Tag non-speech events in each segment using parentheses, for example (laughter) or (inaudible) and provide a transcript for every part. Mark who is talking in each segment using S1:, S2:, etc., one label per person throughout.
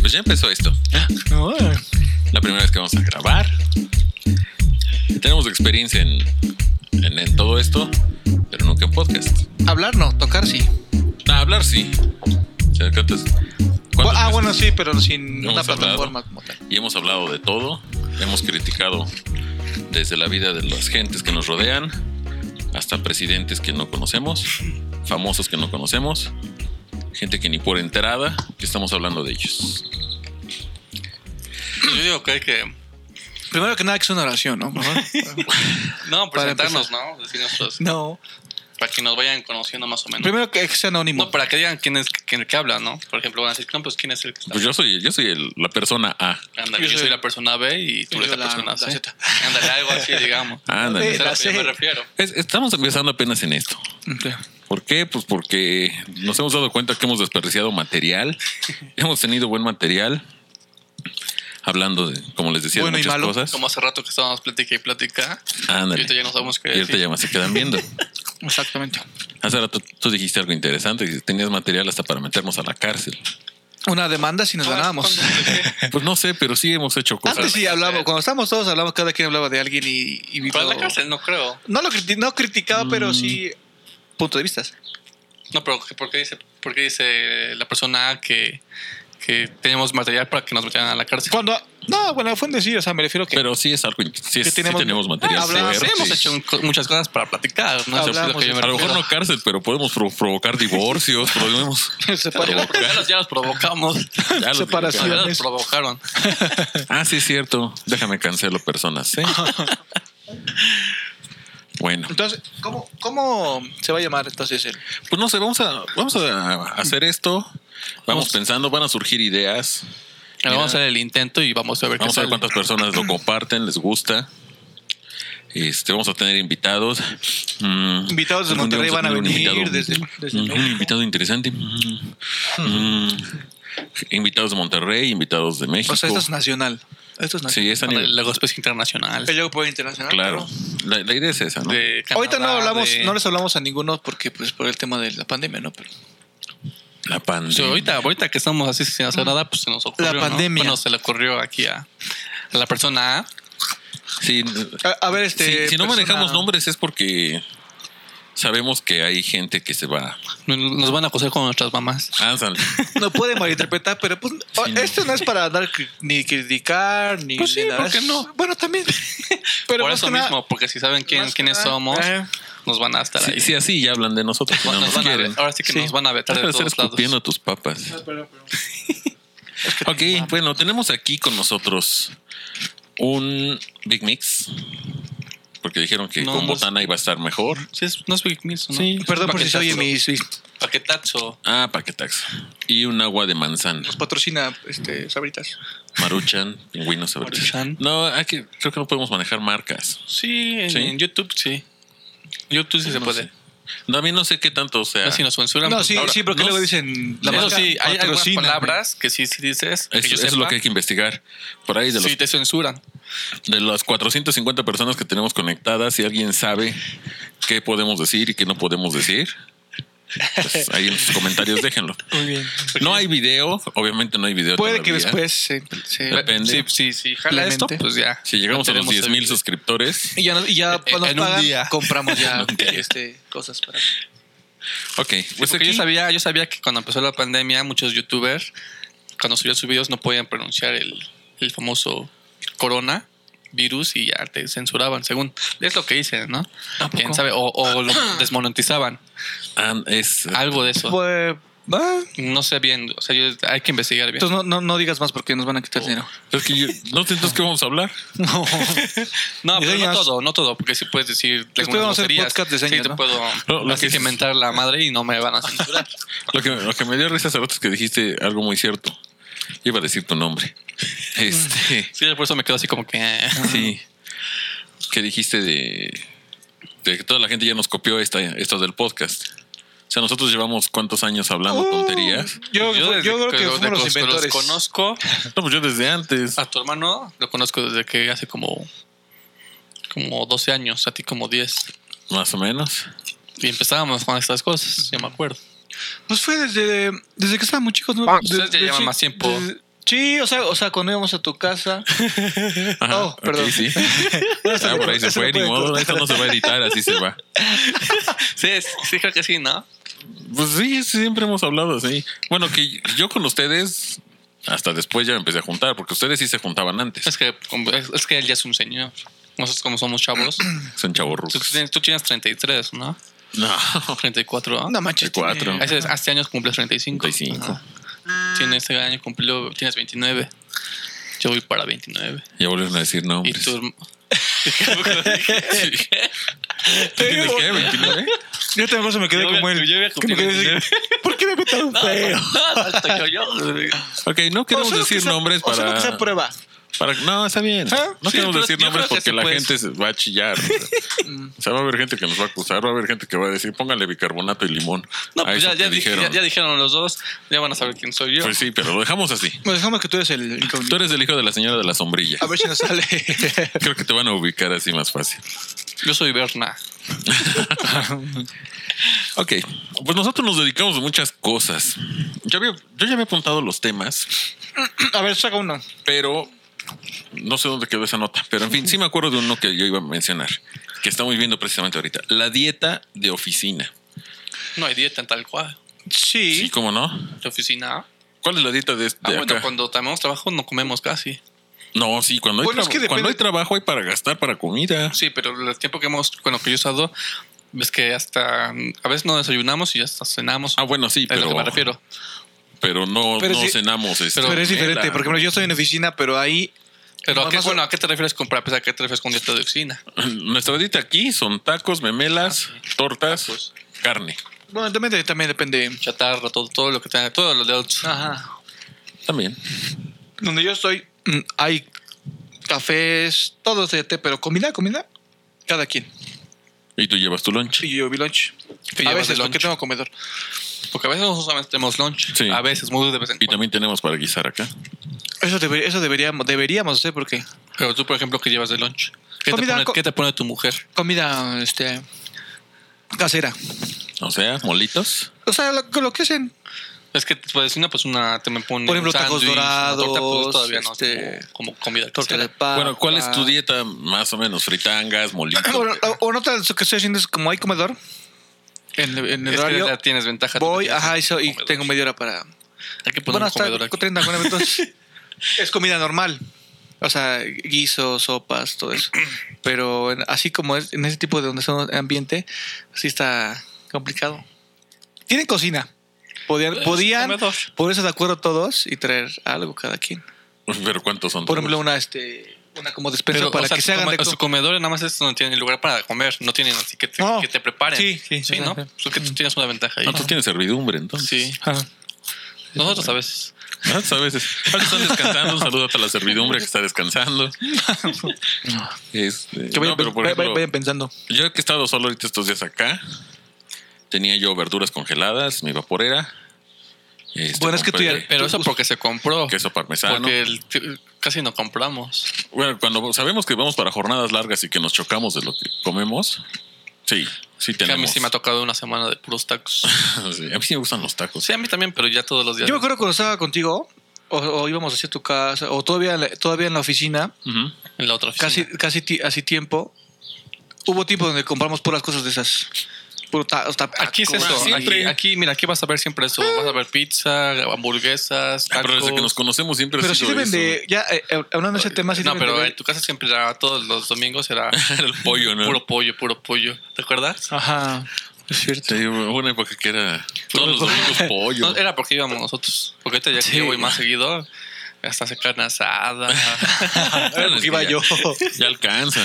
S1: pues ya empezó esto. La primera vez que vamos a grabar. Tenemos experiencia en, en, en todo esto, pero nunca en podcast.
S2: Hablar no, tocar sí.
S1: Ah, hablar sí. Ya, ¿cuántas- cuántas
S2: Ah,
S1: veces?
S2: bueno, sí, pero sin
S1: No
S2: una
S1: hemos hablado.
S2: plataforma como tal.
S1: Y hemos hablado de todo. Hemos criticado desde la vida de las gentes que nos rodean hasta presidentes que no conocemos, famosos que no conocemos, gente que ni por enterada que estamos hablando de ellos.
S3: Yo digo que hay que.
S2: Primero que nada, que es una oración, ¿no? Por favor.
S3: No,
S2: Para
S3: presentarnos, ¿no? Decir nuestros.
S2: no.
S3: Para que nos vayan conociendo más o menos.
S2: Primero que que sea anónimo.
S3: no, para que digan quién es quién, el que habla, ¿no? Por ejemplo, van a decir, no, pues quién es el que está.
S1: Pues yo soy, yo soy el- la persona A.
S2: yo
S3: Ándale, yo,
S2: soy-
S3: soy la persona B y tú
S2: y
S3: eres
S2: yo
S3: la,
S2: la-
S3: persona
S2: la
S3: C.
S2: Z.
S3: Ándale, algo así,
S2: (laughs)
S3: digamos.
S1: Ándale.
S3: Eso
S2: La
S3: es a lo que
S2: C.
S3: yo me refiero.
S1: Es- estamos empezando apenas en esto. ¿Por qué? Pues porque nos hemos dado cuenta que hemos desperdiciado material, hemos tenido buen material, hablando de, como les decía,
S2: Bueno y
S1: de muchas
S2: malo,
S1: cosas.
S3: Como hace rato que estábamos plática y plática, y
S1: Ándale.
S3: ahorita ya no sabemos qué
S1: Y ahorita
S3: decir.
S1: ya más se quedan viendo.
S2: Exactamente.
S1: Hace rato tú dijiste algo interesante, que tenías material hasta para meternos a la cárcel.
S2: Una demanda si nos
S3: Ah,
S2: ganábamos. (laughs)
S1: Pues no sé, pero sí hemos hecho cosas.
S2: Antes sí hablábamos, cuando estábamos todos hablamos, cada quien hablaba de alguien y... y vi
S3: Para la
S2: todo.
S3: cárcel, no creo.
S2: No lo criti- no criticaba, pero sí... Punto de vista.
S3: No, pero ¿por qué dice, por qué dice la persona A que, que tenemos material para que nos metieran a la cárcel?
S2: Cuando... No, bueno, fue un decir, o sea, me refiero que...
S1: Pero sí es algo, in- sí, es-
S2: Que
S1: sí tenemos,
S2: tenemos-
S1: material.
S2: Ah, hablamos,
S1: fuerte.
S3: Sí, hemos hecho un co- muchas cosas para platicar, ¿no? Eso es
S2: Hablamos,
S3: yo me
S1: A lo mejor
S3: refiero.
S1: no cárcel, pero podemos pro- provocar divorcios, podemos...
S2: (laughs) Se paró.
S3: Ya los, ya los provocamos.
S1: Ya los
S3: Ya
S2: Separación.
S3: los provocaron.
S1: Ah, sí, es cierto. Déjame cancelo personas.
S2: (laughs)
S1: ¿eh? bueno,
S2: Entonces, ¿cómo, ¿cómo se va a llamar entonces el...?
S1: pues no sé, vamos a, vamos a hacer esto. Vamos, pensando, van a surgir ideas.
S3: Ahora Vamos a hacer el intento y vamos a ver
S1: Vamos
S3: qué
S1: a ver
S3: sale.
S1: cuántas personas lo comparten, les gusta. Este, vamos a tener invitados. Mm,
S2: Invitados de
S1: algún día
S2: Monterrey
S1: vamos
S2: van a
S1: tener un
S2: venir
S1: invitado.
S2: desde, desde
S1: Mm, un
S2: México.
S1: invitado interesante. Mm, mm. invitados de Monterrey, invitados de México.
S2: O sea, esto es nacional. Esto es nacional.
S1: sí, es a
S3: Ándale,
S1: nivel-
S3: Luego después internacional.
S2: El juego puede internacional.
S1: Claro. La, la idea es esa, ¿no?
S3: de
S2: pero- Ahorita no
S3: Canadá,
S2: hablamos,
S3: de-
S2: no les hablamos a ninguno porque pues por el tema de la pandemia, ¿no? Pero
S1: La
S3: O
S1: pandemia.
S3: sea, ahorita, ahorita que estamos así sin hacer nada, pues se nos ocurrió.
S2: La
S3: ¿no?
S2: pandemia.
S3: Bueno, se le ocurrió aquí a, a la persona A.
S1: Sí,
S2: a, a ver, este.
S1: si, si no
S2: persona-
S1: manejamos nombres es porque sabemos que hay gente que se va. Ah,
S3: Nos van a acusar con nuestras mamás.
S1: (laughs) Ándale.
S2: (laughs) No puede malinterpretar, pero pues o-
S1: Sí, no.
S2: esto no es para dar cri- ni criticar ni.
S3: Pues sí,
S2: ni nada.
S3: ¿por qué no?
S2: Bueno, también. (laughs) Pero
S3: Por
S2: más
S3: eso
S2: que nada-
S3: mismo, porque si saben quién,
S2: más que
S3: quiénes
S2: nada,
S3: somos,
S2: eh,
S3: nos van a estar
S1: Si
S3: ahí.
S1: si así ya hablan de nosotros, no
S3: Nos
S1: nos
S3: van a
S1: quieren.
S3: ver- ahora sí que
S2: Sí.
S3: nos van a vetar
S1: Deja de
S3: de
S1: estar
S3: todos lados.
S1: escupiendo tus papas. Ok, bueno, tenemos aquí con nosotros un Big Mix. Porque dijeron que
S3: No,
S1: con
S3: no es-
S1: botana iba a estar mejor.
S3: Sí, es- no es Big Miss, ¿no?
S1: Sí.
S2: Perdón por si se oye
S3: Paquetazo.
S2: mis. mis-
S3: Paquetazo.
S1: Ah, paquetax. Y un agua de manzana.
S2: Nos patrocina este, Sabritas.
S1: Maruchan, pingüinos sobre-
S3: Maruchan.
S1: No, hay que- creo que no podemos manejar marcas.
S3: Sí, en,
S1: Sí.
S3: en YouTube sí. YouTube sí se
S1: No
S3: puede.
S1: sé. No, a mí no sé qué tanto sea.
S3: No, si nos censuran.
S2: No,
S3: pues,
S2: sí,
S3: ahora,
S2: sí, porque
S1: no
S2: luego
S1: sé.
S2: dicen.
S3: La eso
S2: marca
S3: sí, hay algunas
S2: patrocina.
S3: palabras que sí, sí dices. que
S1: Eso,
S3: yo
S1: eso es
S3: sepa,
S1: lo que hay que investigar. Por ahí de los
S3: Sí, te censuran.
S1: De las 450 personas que tenemos conectadas, si alguien sabe qué podemos decir y qué no podemos decir, pues ahí en los comentarios déjenlo.
S2: Muy bien.
S1: No hay video, obviamente no hay video.
S2: Puede que
S1: todavía.
S2: después se. se-
S1: Depende.
S3: Sí, sí, sí. Jala esto,
S2: Clemente.
S3: pues ya.
S1: Si llegamos
S3: Ya
S1: a los
S3: tenemos
S1: 10
S3: el
S1: mil
S3: video.
S1: suscriptores,
S2: Y ya, Ah, pues nos- y ya
S3: En-
S2: cuando
S3: Eh, en un
S2: pagan,
S3: día.
S1: (laughs)
S2: compramos ya
S1: En un día.
S2: este, cosas para.
S1: ok, pues
S3: Porque
S1: aquí
S3: yo sabía, yo sabía que cuando empezó la pandemia, muchos youtubers, cuando subían sus videos, no podían pronunciar el, el famoso corona virus y ya te censuraban, según. Es lo que dicen, ¿no? ¿Quién sabe? O,
S2: (clears throat)
S3: o lo desmonetizaban.
S1: ah, es
S3: Algo de eso.
S2: Pues, va.
S3: No sé bien. O sea, yo- hay que investigar bien.
S2: Entonces no, no, no digas más porque nos van a quitar dinero.
S1: es que yo- no sé entonces qué vamos a hablar.
S2: No.
S3: No, pero no
S2: Diseños.
S3: todo, no todo, porque sí puedes decir
S2: Después
S3: algunas
S2: vamos a hacer
S3: groserías.
S2: podcast diseño,
S3: Sí, te
S2: ¿no?
S3: puedo
S1: Lo- lo
S3: así
S1: que
S3: que
S1: es-
S3: mentar la madre y no me van a censurar.
S2: (laughs)
S1: Lo que, lo que me dio risa hace rato es que dijiste algo muy cierto. Iba a decir tu nombre. Este,
S3: sí, por eso me quedo así como que... eh.
S1: sí. Que dijiste de, de que toda la gente ya nos copió esta, esto del podcast. O sea, nosotros llevamos cuántos años hablando
S2: Oh.
S1: tonterías.
S2: Uh, Yo, yo,
S3: (laughs) desde
S2: creo que
S3: desde
S2: fuimos los
S3: que
S2: inventores.
S3: conozco,
S1: No, pues yo desde antes.
S3: a tu hermano lo conozco desde que hace como... Como 12 años, a ti como 10.
S1: Más o menos.
S3: Y empezábamos con estas cosas, yo me acuerdo.
S2: Pues fue desde, desde que estábamos chicos. ¿no?
S3: Ustedes ya
S2: Desde-
S3: llevan más tiempo.
S2: desde- Sí, o sea, o sea, cuando íbamos a tu casa.
S1: Ajá,
S2: Oh, perdón.
S1: ok, sí.
S2: Bueno, eso
S1: Ah,
S2: lo
S1: por ahí
S2: corto,
S1: se
S2: eso lo
S1: fue, ni
S2: pueden
S1: modo,
S2: cortar.
S1: esto no se va a editar, así se va.
S3: Sí, es- sí, creo que sí, ¿no?
S1: Pues sí, siempre hemos hablado así. Bueno, que yo con ustedes, hasta después ya me empecé a juntar, porque ustedes sí se juntaban antes.
S3: Es que, como- es, es que él ya es un señor. Nosotros como somos chavos. (clears throat)
S1: Son chavos
S3: tú,
S1: rucos.
S3: tienes, tú tienes 33, ¿no?
S1: No,
S3: 34, ¿no?
S2: No manches.
S1: De cuatro.
S2: tiene-
S3: Hace, hace años cumples 35.
S1: 35.
S3: Ajá. Tienes este año cumplió, tienes 29. Yo voy para 29.
S1: ya volvieron a decir
S3: Y
S1: nombres.
S3: tú... (laughs) Sí.
S1: ¿Tienes qué? ¿29?
S2: Yo también por eso me quedé
S3: Yo voy a-
S2: como él.
S3: yo voy a
S2: ¿Qué me
S3: cumplir
S2: quedé así?
S3: 29.
S2: (laughs) ¿Por qué me ve tan feo?
S3: No, alto que yo.
S1: Ok, no queremos
S2: O Pues solo
S1: decir
S2: que sea-
S1: nombres
S2: O solo
S1: para,
S2: que sea prueba.
S1: para- No, está bien.
S2: Ah,
S1: No
S3: ¿Eh? sí,
S1: queremos
S3: pero
S1: decir
S3: yo
S1: nombres
S3: creo
S1: porque
S3: que sí,
S1: la
S3: pues.
S1: gente se va a chillar.
S3: (laughs)
S1: O sea, va a haber gente que nos va a acusar, va a haber gente que va a decir, póngale bicarbonato y limón.
S3: No,
S1: A
S3: pues
S1: eso
S3: ya,
S1: que
S3: ya, di-
S1: dijeron.
S3: ya- ya dijeron los dos. Ya van a saber quién soy yo.
S1: Pues sí, pero lo dejamos así.
S2: Bueno, dejamos Pues, que tú eres el incógnito.
S1: Tú eres el hijo de la señora de la sombrilla.
S2: A ver si nos sale.
S1: Creo que te van a ubicar así más fácil.
S3: Yo soy Berna.
S1: Ok, pues nosotros nos dedicamos a muchas cosas. Yo, había- yo ya había apuntado los temas,
S2: A ver, saca uno.
S1: pero no sé dónde quedó esa nota. Pero en fin, sí me acuerdo de uno que yo iba a mencionar, que estamos viendo precisamente ahorita. La dieta de oficina.
S3: No hay dieta en tal cual.
S1: Sí,
S2: Sí.
S1: ¿cómo no?
S3: De oficina.
S1: ¿Cuál es la dieta de, este de
S3: Ah, bueno,
S1: acá?
S3: cuando tenemos trabajo no comemos casi.
S1: No, sí, cuando hay,
S2: Bueno, es
S1: traba-
S2: que depende-
S1: cuando hay trabajo hay para gastar para comida.
S3: Sí, pero el tiempo que hemos, con lo que yo he usado, ves que hasta a veces no desayunamos y hasta cenamos.
S1: Ah, bueno, sí,
S3: es a
S1: pero,
S3: lo que me refiero.
S1: pero no,
S2: Pero
S1: no
S2: sí-
S1: cenamos. este,
S2: Pero es diferente,
S1: mela.
S2: porque bueno, yo estoy en oficina, pero ahí
S3: Pero ¿a
S2: Más-
S3: qué,
S2: más-
S3: bueno, ¿a qué te refieres con para empezar? ¿A qué te refieres con dieta de oficina?
S1: (clears throat) Nuestra dieta aquí son tacos, memelas,
S2: Ah,
S1: tortas,
S3: Tacos.
S1: carne.
S2: Bueno, también, de- también depende.
S3: Chatarra, todo, todo lo que tenga, todos los dedos.
S2: Ajá.
S1: También.
S2: Donde yo estoy, mm, hay cafés, todos de té, pero comida, comida, cada quien.
S1: Y tú llevas tu lunch.
S2: Y yo vi lunch.
S3: ¿Qué
S2: A
S3: llevas
S2: veces,
S3: de
S2: porque
S3: lunch?
S2: tengo comedor.
S3: Porque a veces no solamente tenemos lunch.
S1: Sí.
S3: A veces, muy de vez en
S1: Y
S3: cuando.
S1: también tenemos para guisar acá.
S2: Eso, debe- eso deberíamos, deberíamos hacer, porque
S3: Pero tú, por ejemplo, ¿qué llevas de lunch? ¿Qué, te
S2: Comida
S3: pone,
S2: co-
S3: qué te pone tu mujer?
S2: comida este, casera.
S1: O sea, molitos.
S2: O sea, lo, lo que hacen.
S3: Es que, pues, si no, pues una te me pone.
S2: Por
S3: un
S2: ejemplo, tacos
S3: sándwich, una torta, pues,
S2: dorados,
S3: todavía no,
S2: este,
S3: como, como comida.
S2: Torta
S3: casera.
S2: de papa.
S1: bueno, ¿cuál es tu dieta más o menos? Fritangas, molitos.
S2: Ah, Bueno, o, o no te- lo que estoy haciendo es como hay comedor en, el- en el
S3: Es que
S2: horario.
S3: ya tienes ventaja. tú
S2: Voy,
S3: que tienes
S2: ajá,
S3: un
S2: eso, y
S3: comedor.
S2: tengo media hora para.
S3: Hay que poner
S2: Bueno,
S3: un
S2: hasta
S3: comedor aquí.
S2: 30, bueno, entonces. (laughs) es comida normal. O sea, guisos, sopas, todo eso. Pero en- así como es, en ese tipo de donde son ambiente, sí está complicado. Tienen cocina. Podían,
S3: Es
S2: podían
S3: comedor.
S2: ponerse de acuerdo todos y traer algo cada quien.
S1: (laughs) Pero ¿cuántos son? Ah,
S2: Por ejemplo, una este una como despensa
S3: Pero,
S2: para
S3: o sea,
S2: que
S3: su
S2: se hagan
S3: come-
S2: de
S3: su comedor nada más es donde tienen lugar para comer, no tienen así que te,
S2: No.
S3: que te preparen.
S2: Sí, sí, sí,
S3: ¿no?
S2: sí.
S3: Pues que tú tienes una ventaja ahí.
S2: pues,
S1: No, tú tienes servidumbre, entonces.
S3: sí.
S2: Ajá.
S3: Nosotros a veces.
S1: Ah, pues, a veces. Ah, están descansando. Saludos a la servidumbre que está descansando. Este,
S2: Que vayan,
S1: no, pero por
S2: vayan-
S1: ejemplo,
S2: vayan pensando.
S1: yo que he estado solo ahorita estos días acá, tenía yo verduras congeladas, mi vaporera. Este,
S2: Bueno, es que tú ya-
S1: compré
S3: Pero eso porque se compró.
S1: queso parmesano.
S3: Porque el t- casi no compramos.
S1: Bueno, cuando sabemos que vamos para jornadas largas y que nos chocamos de lo que comemos, sí, sí
S3: Que a
S1: tenemos.
S3: mí sí me ha tocado una semana de puros tacos.
S1: (laughs) Sí, a mí sí me gustan los tacos.
S3: Sí, a mí también, pero ya todos los días.
S2: Yo me acuerdo cuando estaba contigo, o, o íbamos hacia tu casa, o todavía, en la- todavía en la oficina,
S1: Ujú.
S3: en la otra oficina.
S2: casi, casi ti- así tiempo, hubo tiempo donde compramos puras cosas de esas. Puro ta- ta-
S3: Aquí es
S2: tacos,
S3: eso.
S2: así.
S1: siempre.
S3: Aquí, aquí, mira, aquí vas a ver siempre eso. Vas a ver pizza, hamburguesas,
S1: Ah,
S3: tacos.
S1: pero desde que nos conocemos siempre ha
S2: Pero sí
S1: sido
S2: deben
S1: eso.
S2: de, ya eh, eh, hablando de ese tema, sí
S3: no,
S2: deben de
S3: pero
S2: ver-
S3: en tu casa siempre era todos los domingos
S1: (laughs)
S3: era
S1: el pollo, ¿no?
S3: puro pollo, puro pollo. ¿Te acuerdas?
S2: Ajá, es cierto.
S1: Sí, hubo una época que era todos los domingos pollo.
S3: No, era porque íbamos nosotros. Porque ahorita ya que yo voy más seguido, hasta hace
S1: (laughs)
S3: carne asada.
S1: Bueno, Ah, es que
S2: Iba
S1: ya- (laughs)
S2: yo.
S1: Ya alcanza.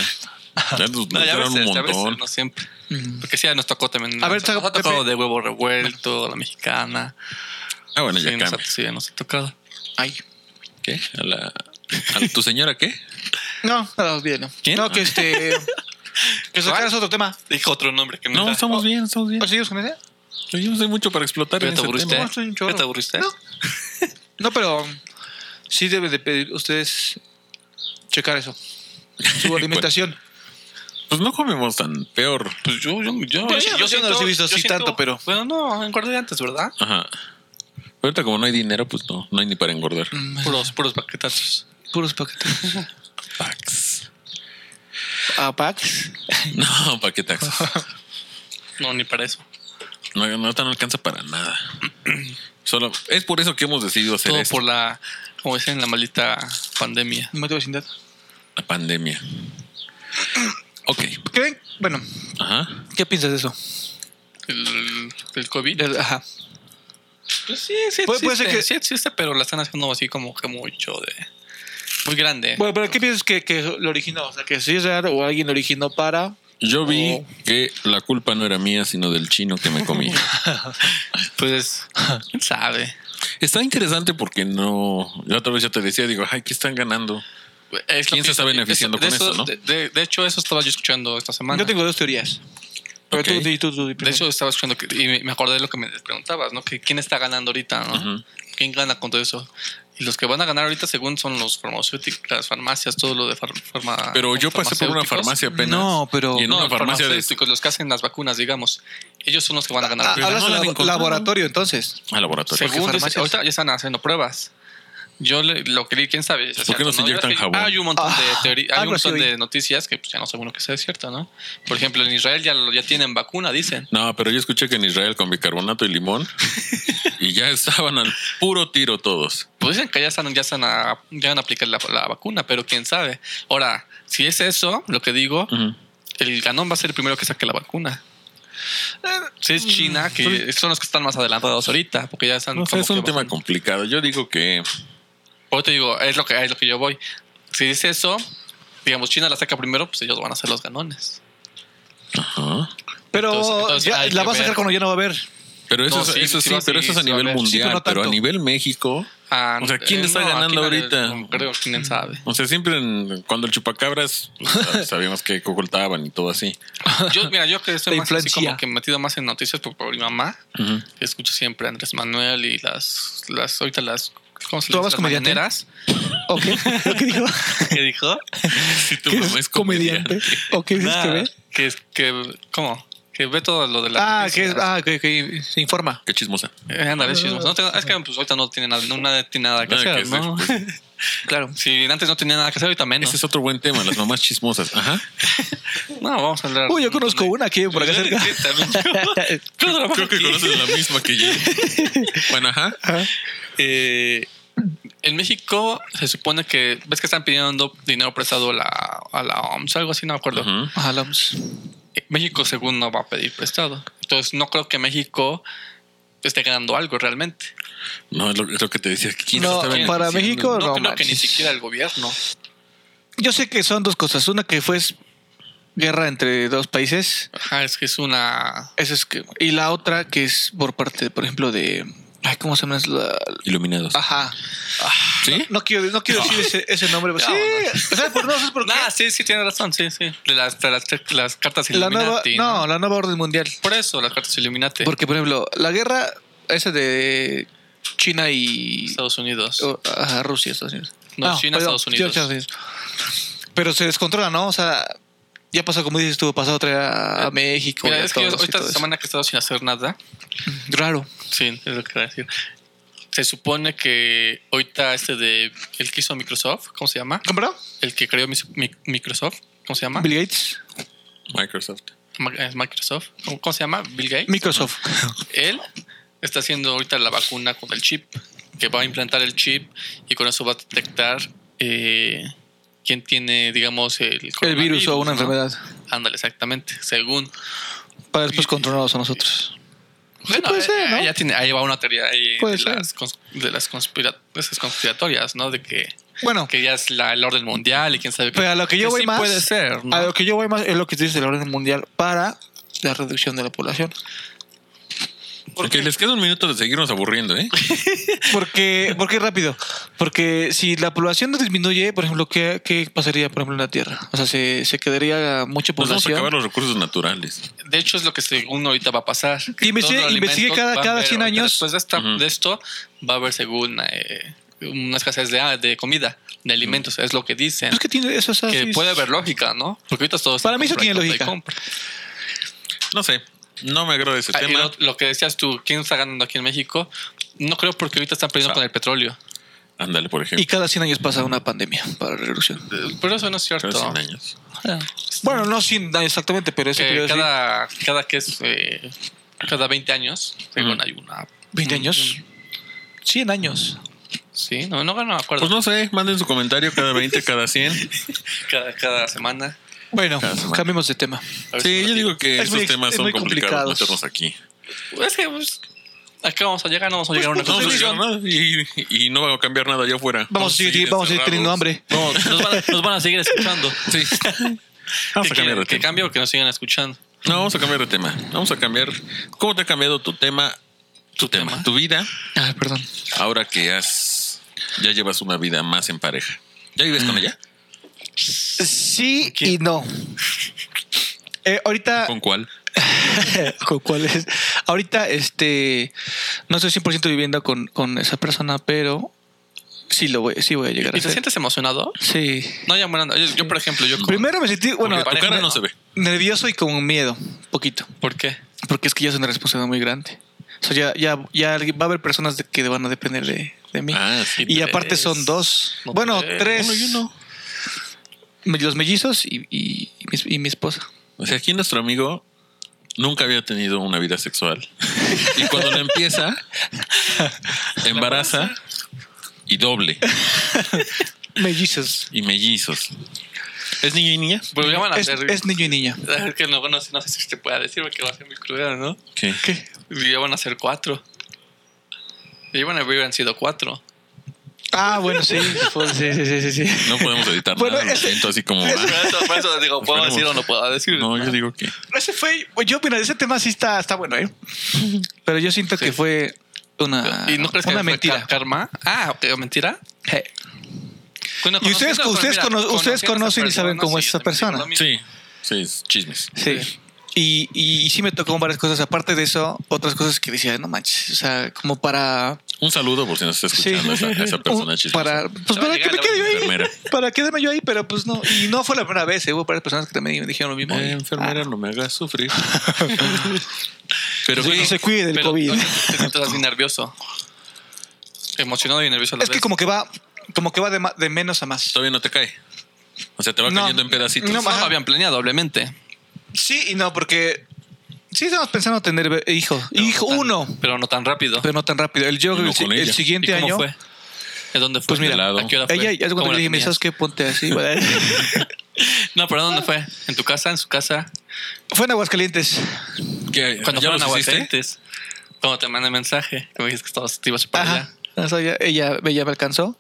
S1: Ya nos
S3: No,
S1: nos
S3: ya a
S1: dieron
S3: veces,
S1: un
S3: ya a veces,
S1: montón.
S3: no siempre.
S2: Mm.
S3: Porque sí, ya nos tocó también.
S2: A ver,
S3: nos, nos
S2: saca,
S3: ha tocado
S2: Pepe.
S3: de huevo revuelto, la mexicana.
S1: Ah, bueno, ya
S3: Sí, nos ha,
S1: cambia.
S3: sí, nos ha tocado.
S2: Ay.
S1: ¿Qué? ¿A la, a ¿Tu señora
S3: (laughs)
S1: qué?
S2: No, nada, bien. No,
S3: ¿Quién?
S2: No, que (laughs) este. que sacaras otro tema.
S3: Dijo otro nombre que no.
S1: No,
S3: era.
S1: estamos bien, estamos bien.
S2: ¿O seguimos con ese?
S1: Yo no sé mucho para explotar
S3: Pero
S1: en
S3: te
S1: ese
S3: aburriste.
S1: tema.
S2: No, estoy un
S3: ¿Ya
S2: chorro.
S3: te aburriste?
S2: No. No, pero sí deben de pedir ustedes checar eso. Su alimentación.
S3: ¿eh?
S1: Pues no comemos tan peor.
S3: Pues yo, yo, yo,
S2: Yo- yo no los he visto así tanto, pero-
S3: Bueno, no, engordé antes, ¿verdad?
S1: Ajá. Pero ahorita como no hay dinero, pues no, no hay ni para engordar.
S2: Mm,
S3: Puros, puros paquetazos.
S2: Puros paquetes.
S1: Pax.
S2: (laughs) ¿A Pax?
S1: (laughs) No, ¿para qué
S3: (laughs)
S1: taxes?
S3: No, ni para eso.
S1: No, no, ahorita no alcanza para nada. Solo es por eso que hemos decidido hacer
S3: Todo
S1: esto,
S3: por la, como dicen, la maldita pandemia.
S2: No te vecindad.
S1: la pandemia. Ok,
S2: ¿Qué ven? Bueno,
S1: ajá.
S2: ¿qué piensas de eso?
S3: El, el COVID.
S2: Del- Ajá.
S3: Pues sí, sí
S2: Puede-
S3: existe.
S2: puede ser que-
S3: Sí existe, pero la están haciendo así como que mucho de... Muy grande.
S2: Bueno, pero ¿qué piensas que, que lo originó? O sea, que sí es real o alguien lo originó para.
S1: Yo vi
S2: Oh.
S1: que la culpa no era mía, sino del chino que me
S3: (laughs)
S1: comí.
S3: Pues, (laughs) quién sabe.
S1: Está interesante porque no. La otra vez ya te decía, digo, ay, ¿qué están ganando?
S3: Es lo
S1: ¿Quién
S3: que-
S1: se está beneficiando
S3: de
S1: con eso, no?
S3: De, de- de hecho, eso estaba yo escuchando esta semana.
S2: Yo tengo dos teorías. Pero
S1: Ok.
S2: tú, di- tú, tú, di
S3: De
S2: primero.
S3: hecho, estaba escuchando que- y me acordé de lo que me preguntabas, ¿no? Que quién está ganando ahorita, ¿no?
S1: Ujú.
S3: ¿Quién gana con todo eso? Y los que van a ganar ahorita, según son los farmacéuticos, las farmacias, todo lo de far- farma-
S1: Pero yo pasé por una
S3: ah, farmacéuticos.
S1: farmacia apenas.
S2: No, pero-
S1: Y en
S3: No,
S1: una farmacia de.
S3: farmacéuticos, los que hacen las vacunas, digamos. Ellos son los que van a ganar.
S2: Ah,
S3: ahorita.
S2: hablas
S1: no la
S2: de
S1: han
S2: labo-
S1: encontrado.
S2: laboratorio entonces.
S1: A laboratorio.
S2: Sí.
S3: Según
S2: Porque
S3: dice-
S2: farmacias-
S3: ahorita ya están haciendo pruebas. Yo le- lo que leí, quién sabe. si es
S1: ¿Por qué
S3: cierto,
S1: nos
S3: ¿no?
S1: inyectan
S3: Es que
S1: jabón?
S3: Hay un montón de
S2: Ah,
S3: teorí- hay un
S2: algo así
S3: montón
S2: oí.
S3: de noticias que pues, ya no sé uno que sea cierto, ¿no? Por ejemplo, en Israel ya, lo- ya tienen vacuna, dicen.
S1: No, pero yo escuché que en Israel con bicarbonato y
S3: (laughs)
S1: limón y ya estaban al puro tiro todos.
S3: Pues dicen que ya están, ya están a, ya van a aplicar la, la vacuna, pero quién sabe. Ahora, si es eso, lo que digo,
S1: Ujú.
S3: el ganón va a ser el primero que saque la vacuna. Eh, Si es China, que son los que están más adelantados ahorita, porque ya están.
S1: No sé,
S3: como
S1: es un
S3: que
S1: tema
S3: bajando.
S1: complicado. Yo digo que
S3: Por te digo, es lo que es lo que yo voy. Si dice eso, digamos, China la saca primero, pues ellos van a ser los ganones.
S1: Ajá.
S2: Pero
S3: Entonces- entonces
S2: ya
S3: hay
S2: la
S3: que
S2: vas a sacar
S3: ver.
S2: cuando ya no va (laughs) a haber.
S1: Pero eso,
S3: No,
S1: es-
S3: sí,
S1: eso
S3: sí
S1: sí,
S3: va a
S1: pero eso
S3: seguir,
S1: es a
S3: sí va a
S1: nivel
S3: haber.
S1: mundial,
S2: Sí, pero no
S1: pero a
S2: tanto.
S1: nivel México,
S3: Ah,
S1: O sea, ¿quién está
S3: aquí
S1: ganando
S3: nadie-
S1: ahorita?
S3: no creo, quién sabe.
S1: o sea, siempre en- cuando el chupacabras
S3: (laughs)
S1: pues, sabíamos que ocultaban y todo así.
S3: Yo, mira, yo que estoy
S2: La
S3: más así
S2: influencia.
S3: como que metido más en noticias pues, por, por mi mamá,
S1: Ujú.
S3: que escucho siempre a Andrés Manuel y las, las ahorita las, ¿cómo se
S2: ¿Tú
S3: le
S2: hablas
S3: dice? Las
S2: comediante?
S3: mañaneras.
S2: ¿O (laughs) qué? ¿Lo que dijo?
S3: ¿Qué dijo?
S1: Si tu
S2: ¿Que
S1: mamá es comediante.
S2: ¿O qué dices que
S3: Nada,
S2: ve?
S3: que, que, ¿cómo? Que ve todo lo de la
S2: Ah, que es, ah, que, que se informa.
S1: Qué chismosa.
S3: es chismoso. Eh, No tengo- es que pues, ahorita no tiene nada, no, nadie tiene nada que
S1: Nada que
S3: hacer,
S1: hacer,
S3: ¿no?
S1: pues.
S2: Claro.
S3: Si antes no tenía nada que hacer, ahorita menos.
S1: Ese es otro buen tema, las mamás chismosas. Ajá.
S3: No, vamos a hablar.
S2: Uy, yo conozco una aquí por acá
S3: Sí,
S2: cerca.
S3: sí, (laughs) también.
S2: (laughs)
S3: Yo trabajo
S1: Creo que
S3: aquí.
S1: conoces la misma que (laughs) yo. Bueno, ajá.
S3: (laughs) Eh, en México se supone que ves que están pidiendo dinero prestado a la, a la OMS, algo así, no me acuerdo.
S1: Ujú.
S2: Ajá, vamos.
S3: Eh, México, según, no va a pedir prestado. Entonces, no creo que México esté ganando algo realmente.
S1: No, es lo, es lo que te decía. ¿Quién
S2: No,
S1: estaba
S2: para
S1: diciendo?
S2: México,
S3: No,
S2: No,
S3: creo que
S2: manches.
S3: ni siquiera el gobierno.
S2: Yo sé que son dos cosas. Una que fue es guerra entre dos países.
S3: Ajá, es que es una.
S2: Eso es que, y la otra que es por parte, por ejemplo, de. Ay, ¿cómo se llama? Es la-
S1: Iluminados.
S2: Ajá.
S1: ¿Sí?
S2: No quiero, no quiero decir ese, ese nombre. pero
S3: No,
S2: sí. O sea, por, no, ¿sabes por qué?
S3: Nah, Ah, sí, sí, tiene razón, sí, sí. De las, de las, de las cartas
S2: la nueva,
S3: Illuminati.
S2: no,
S3: ¿no?
S2: la nueva orden mundial.
S3: Por eso, las cartas Illuminati.
S2: Porque, por ejemplo, la guerra esa de China y
S3: Estados Unidos.
S2: o- ajá, Rusia, Estados Unidos. Ah,
S3: No, China, Estados Unidos.
S2: Pero se descontrola, ¿no? O sea, ya pasó, como dices tú, pasó otra a México. y
S3: Eh, Mira,
S2: a
S3: es que yo,
S2: todos y
S3: ahorita
S2: todo
S3: esta
S2: eso.
S3: semana que he estado sin hacer nada,
S2: Raro.
S3: sí, es lo que quería decir. Se supone que ahorita este de el que hizo Microsoft, ¿cómo se llama?
S2: ¿Comprado?
S3: El que creó mis- mi- Microsoft, ¿cómo se llama?
S2: Bill Gates.
S1: Microsoft.
S3: Ma- es Microsoft, ¿cómo cómo se llama? Bill Gates.
S2: Microsoft.
S3: Él está haciendo ahorita la vacuna con el chip, que va a implantar el chip y con eso va a detectar eh, quién tiene, digamos, el,
S2: El virus o una
S3: ¿no?
S2: enfermedad.
S3: Ándale, exactamente, según.
S2: Para después controlarnos a nosotros. Sí,
S3: Bueno,
S2: puede
S3: eh,
S2: ser, ¿no?
S3: ya tiene- ahí va una teoría ahí
S2: Puede
S3: de,
S2: ser.
S3: las cons- de las conspira- de esas conspiratorias, ¿no? De que,
S2: Bueno,
S3: que ya es la, el orden mundial y quién sabe qué.
S2: pero a lo que yo
S3: Que
S2: voy
S3: sí
S2: más.
S3: puede ser, ¿no?
S2: A lo que yo voy más es lo que dice el orden mundial para la reducción de la población.
S1: Porque les queda un minuto de seguirnos aburriendo, ¿eh?
S3: (laughs)
S2: Porque, porque rápido. Porque si la población no disminuye, por ejemplo, ¿qué, qué pasaría, por ejemplo, en la Tierra? O sea, se, se quedaría mucha
S3: Pues
S1: Nos vamos a
S2: población.
S1: acabar los recursos naturales.
S3: De hecho, es lo que según ahorita va a pasar. que
S2: investigue-
S3: todos los
S2: investigue
S3: alimentos
S2: cada-
S3: va a
S2: cada
S3: haber
S2: 100
S3: ahorita,
S2: años.
S3: Después de, esta-
S1: Ujú.
S3: de esto, va a haber según eh, una escasez de, ah, de comida, de alimentos. Es lo que dicen.
S2: Es Pues que tiene eso, o sea,
S3: Que
S2: sí,
S3: puede haber lógica, ¿no? Porque ahorita todos.
S2: Para mí eso tiene lógica.
S1: No sé. No me agrada ese
S3: Ah, y
S1: tema. Pues,
S2: Ah,
S3: Ah, lo, lo que decías tú, ¿quién está ganando aquí en México? No creo porque ahorita están perdiendo
S1: Ah.
S3: con el petróleo.
S1: Ándale, por
S2: Y
S1: ejemplo.
S2: cada 100 años pasa una pandemia para la revolución.
S3: Pero eso no es
S1: Cada
S3: cierto.
S1: 100 años.
S3: Ah.
S2: Bueno, no 100 años exactamente, pero eso
S3: Que
S2: quiero decir,
S3: Eh, cada, cada que es eh, cada 20 años, según hay una.
S2: 20 años. 100 años.
S3: Sí, no, no, no me acuerdo.
S1: Pues no sé, manden su comentario cada 20, cada (laughs) 100.
S3: Cada, cada semana.
S2: Bueno,
S1: Cada semana.
S2: cambiemos de tema.
S3: A ver si
S1: Sí,
S3: nos
S1: yo
S3: lo
S1: digo que
S2: Es
S1: esos
S2: muy-
S1: temas
S2: es
S1: son
S2: muy
S1: complicados
S2: complicados.
S1: meternos aquí.
S3: digo. Es que pues, acá vamos a llegar, no vamos a
S2: Pues,
S3: llegar a una
S2: pues,
S1: No vamos a
S3: conclusión.
S1: llegar a nada y, y no va a cambiar nada allá afuera.
S2: Vamos, a seguir, vamos a seguir teniendo
S1: encerrados.
S2: hambre.
S4: No, nos van, a- nos van a seguir
S3: (laughs)
S4: escuchando.
S1: Sí. Vamos a
S3: Que-
S1: cambiar de
S3: que, que
S1: tema.
S3: cambie o que nos sigan escuchando.
S1: No, vamos a cambiar de tema. Vamos a cambiar. ¿Cómo te ha cambiado tu tema? Tu tema. Tu vida.
S2: Ah, perdón.
S1: Ahora que has. Ya llevas una vida más en pareja. ¿Ya vives con ella?
S2: Sí y no. Eh, ahorita,
S1: ¿Con cuál?
S2: (laughs) ¿Con cuál es? Ahorita, este, no estoy 100% viviendo con, con esa persona, pero sí lo voy, sí voy a llegar a
S3: ¿Y te
S2: hacer.
S3: sientes emocionado?
S2: Sí.
S3: No, ya, bueno, yo, yo, por ejemplo, yo. con-
S2: Primero me sentí, bueno,
S1: tu cara
S2: ne-
S1: no se ve.
S2: nervioso y con miedo, poquito,
S3: ¿Por qué?
S2: porque es que ya es una responsabilidad muy grande. O sea, ya, ya, ya va a haber personas de- que van a depender de, de mí.
S1: Ah, sí.
S2: y aparte
S3: tres.
S2: son dos.
S3: No,
S2: bueno,
S3: tres.
S2: tres.
S1: Uno y uno.
S2: Me- Los mellizos y, y- y mi, y mi esposa.
S1: O sea, aquí nuestro amigo nunca había tenido una vida sexual. Y cuando la
S2: (laughs)
S1: empieza, embaraza y doble.
S2: Mellizos.
S1: Y mellizos. ¿Es niño y niña?
S3: Pues ya van a
S2: Es,
S3: ser.
S2: es niño y niña.
S3: Es que no, no sé, no sé si te pueda decir porque va a ser muy cruel, ¿no?
S1: ¿Qué?
S2: ¿Qué?
S3: Y Ya van a ser cuatro. Ya van a hubieran sido cuatro.
S2: Ah, bueno, sí. pues, sí, sí, sí, sí, sí.
S1: No podemos editar
S2: Bueno,
S1: nada. Lo
S2: ese-
S1: siento así como.
S3: Por eso, por eso digo, ¿puedo
S1: Esperemos.
S3: decir o no puedo decir?
S1: No, yo digo que.
S2: Ese fue. Yo, mira, ese tema sí está, está bueno, ¿eh? Pero yo siento que fue una.
S3: ¿Y no crees que
S2: una
S3: fue
S2: mentira.
S3: car- karma? Ah, ok, mentira.
S2: Eh,
S3: Bueno,
S2: Y ustedes-
S3: conociendo-
S2: ustedes
S3: mira,
S2: cono- ustedes
S3: conociendo a esa
S2: conocen y
S3: persona,
S2: saben cómo es
S3: sí,
S2: esa
S3: yo también digo
S2: persona.
S3: lo mismo.
S1: Sí, sí, es chismes.
S2: Sí. Y, y, sí me tocó varias cosas. Aparte de eso, otras cosas que decía, no manches. O sea, como para.
S1: Un saludo por si nos está escuchando
S2: Sí.
S1: esa, esa persona
S2: (laughs) un-
S1: chismosa.
S2: para, pues
S3: Ya
S2: para que
S3: llega
S2: me
S3: la
S2: quede yo ahí.
S1: enfermera.
S2: Para quedarme yo ahí, pero pues no. Y no fue la primera vez. ¿eh? Hubo varias personas que también me dijeron lo mismo.
S1: Eh, enfermera, no me hagas sufrir. Pero
S2: Sí,
S1: bueno,
S2: no se cuide del
S3: Pero
S2: COVID.
S3: oye, te sientes así nervioso. Emocionado y nervioso a la
S2: ah, Es que
S3: vez.
S2: como que va, como que va de, ma- de menos a más.
S1: todavía no te cae. O sea, te va
S2: No.
S1: cayendo en pedacitos.
S2: No,
S3: no
S2: ajá.
S3: lo habían planeado, obviamente.
S2: Sí y no, porque sí estamos pensando tener be- hijo.
S3: Pero
S2: hijo
S3: no tan-
S2: uno,
S3: Pero no tan rápido.
S2: pero no tan rápido. El yo
S1: Uno
S2: el, si-
S1: con
S2: el
S1: ella.
S3: ¿Y
S2: siguiente
S3: cómo
S2: año.
S3: fue? ¿De dónde fue?
S2: Pues mira,
S3: ¿a qué hora fue?
S2: Ella ya cuando
S3: ¿Cómo
S2: le
S3: la
S2: dije, "Me,
S3: tenías?
S2: ¿sabes qué? Ponte así.
S3: (laughs)
S2: ¿verdad?".
S3: No, pero ¿dónde fue? ¿En tu casa? ¿En su casa?
S2: fue en Aguascalientes.
S1: ¿Qué?
S3: Cuando
S1: ¿Ya
S3: fueron a
S1: los hiciste?
S3: Aguascalientes. Cuando te mandé mensaje. Que me dijiste que estabas, te ibas para
S2: Ajá.
S3: allá.
S2: O sea, ella, ella, ella me alcanzó.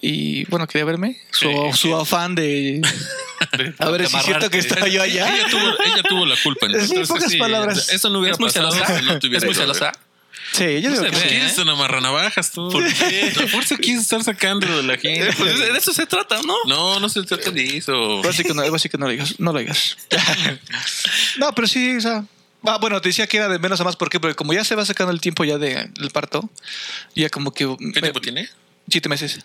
S2: Y bueno, quería verme. Su,
S3: Sí,
S2: su
S3: sí.
S2: afán de.
S3: (laughs) De-
S2: A ver si es cierto
S3: amarrarte.
S2: que estaba yo
S3: (laughs)
S2: allá.
S1: Ella tuvo, ella tuvo la culpa.
S2: Sí, pocas palabras.
S1: Eso no hubiera
S3: Es muy
S1: pasado
S3: celosa.
S1: si no te
S3: Es
S1: hubiera
S3: muy
S1: ido a ver.
S3: celosa.
S2: Sí, yo
S3: No
S2: digo
S3: se
S2: que
S1: ¿Por
S2: sí.
S1: qué
S3: ¿Eh?
S1: eres una marranavajas tú? ¿Por qué? Por eso quieres estar sacando de la gente.
S3: Pues de eso se trata, ¿no?
S1: No, no se trata de eso.
S2: Algo así que no, algo así que no lo digas. No lo digas. no, pero sí, o sea. Ah, bueno, te decía que era de menos a más. ¿Por qué? Porque como ya se va sacando el tiempo ya de- del parto, ya como que.
S1: ¿Qué
S2: me-
S3: eh,
S1: tiempo tiene?
S2: Siete meses.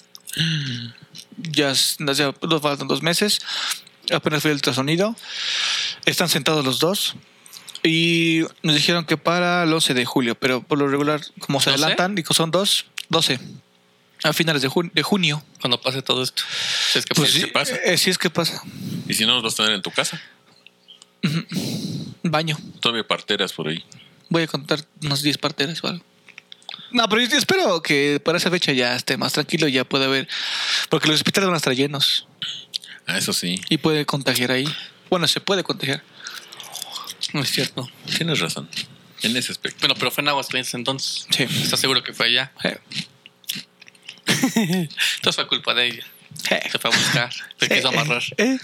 S2: Ya, es- no, ya nos faltan dos meses. Apenas fue el ultrasonido. Están sentados los dos. Y nos dijeron que para el 11 de julio, pero por lo regular, como se
S3: ¿Doce?
S2: adelantan, digo, son dos, 12. A finales de, jun- de junio.
S3: Cuando pase todo esto. Si es que
S2: Pues
S3: pase.
S2: sí,
S1: ¿qué pasa?
S2: eh, sí es que pasa.
S1: Y si no, los vas a tener en tu casa.
S2: Baño.
S1: Todavía parteras por ahí.
S2: Voy a contar unas 10 parteras o algo. No, pero yo espero que para esa fecha ya esté más tranquilo, ya pueda haber. Porque los hospitales van a estar llenos
S1: Ah, eso sí.
S2: y puede contagiar ahí. Bueno, se puede contagiar.
S3: No es cierto.
S1: Tienes razón. En ese aspecto.
S3: Bueno, pero fue en Aguascalientes entonces.
S2: Sí.
S3: ¿Estás seguro que fue allá?
S2: Eh,
S3: Entonces fue culpa de ella.
S2: eh,
S3: Te fue a buscar. Te
S2: eh,
S3: quiso amarrar.
S2: eh,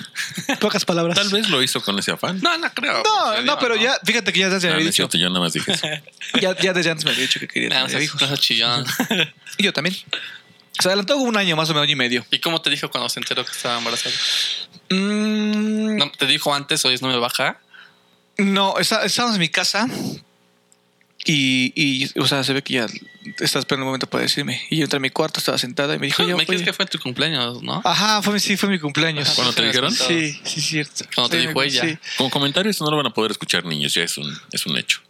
S2: pocas palabras.
S1: Tal vez lo hizo con ese afán.
S3: No, no creo.
S2: No,
S3: Se
S2: no,
S3: dio,
S2: pero ya, fíjate que ya desde
S1: Ah,
S2: antes me
S1: no
S2: había
S1: es
S2: dicho.
S1: cierto, yo nada más dije eso.
S2: Ya, ya desde antes me había dicho que quería
S3: Nah, no
S2: tener
S3: seas-
S2: hijos.
S3: no seas chillón.
S2: Y yo también. Se adelantó como un año, más o menos, año y medio.
S3: ¿Y cómo te dijo cuando se enteró que estaba embarazada?
S2: Mm,
S3: No, ¿Te dijo antes, hoy es no me baja?
S2: No, está- estábamos en mi casa y, y, o sea, se ve que ya está esperando un momento para decirme. Y yo entré a mi cuarto, estaba sentada y me dijo,
S3: (laughs)
S2: Ah,
S3: Ah, me
S2: yo, pues,
S3: dijiste que fue en tu cumpleaños, ¿no?
S2: Ajá, fue, mi- sí, fue mi cumpleaños.
S1: ¿Cuándo te dijeron?
S2: Sí, sí, es cierto.
S3: Cuando te
S2: Sí,
S3: dijo ella.
S2: sí.
S1: Como comentarios no lo van a poder escuchar niños, ya es un, es un hecho.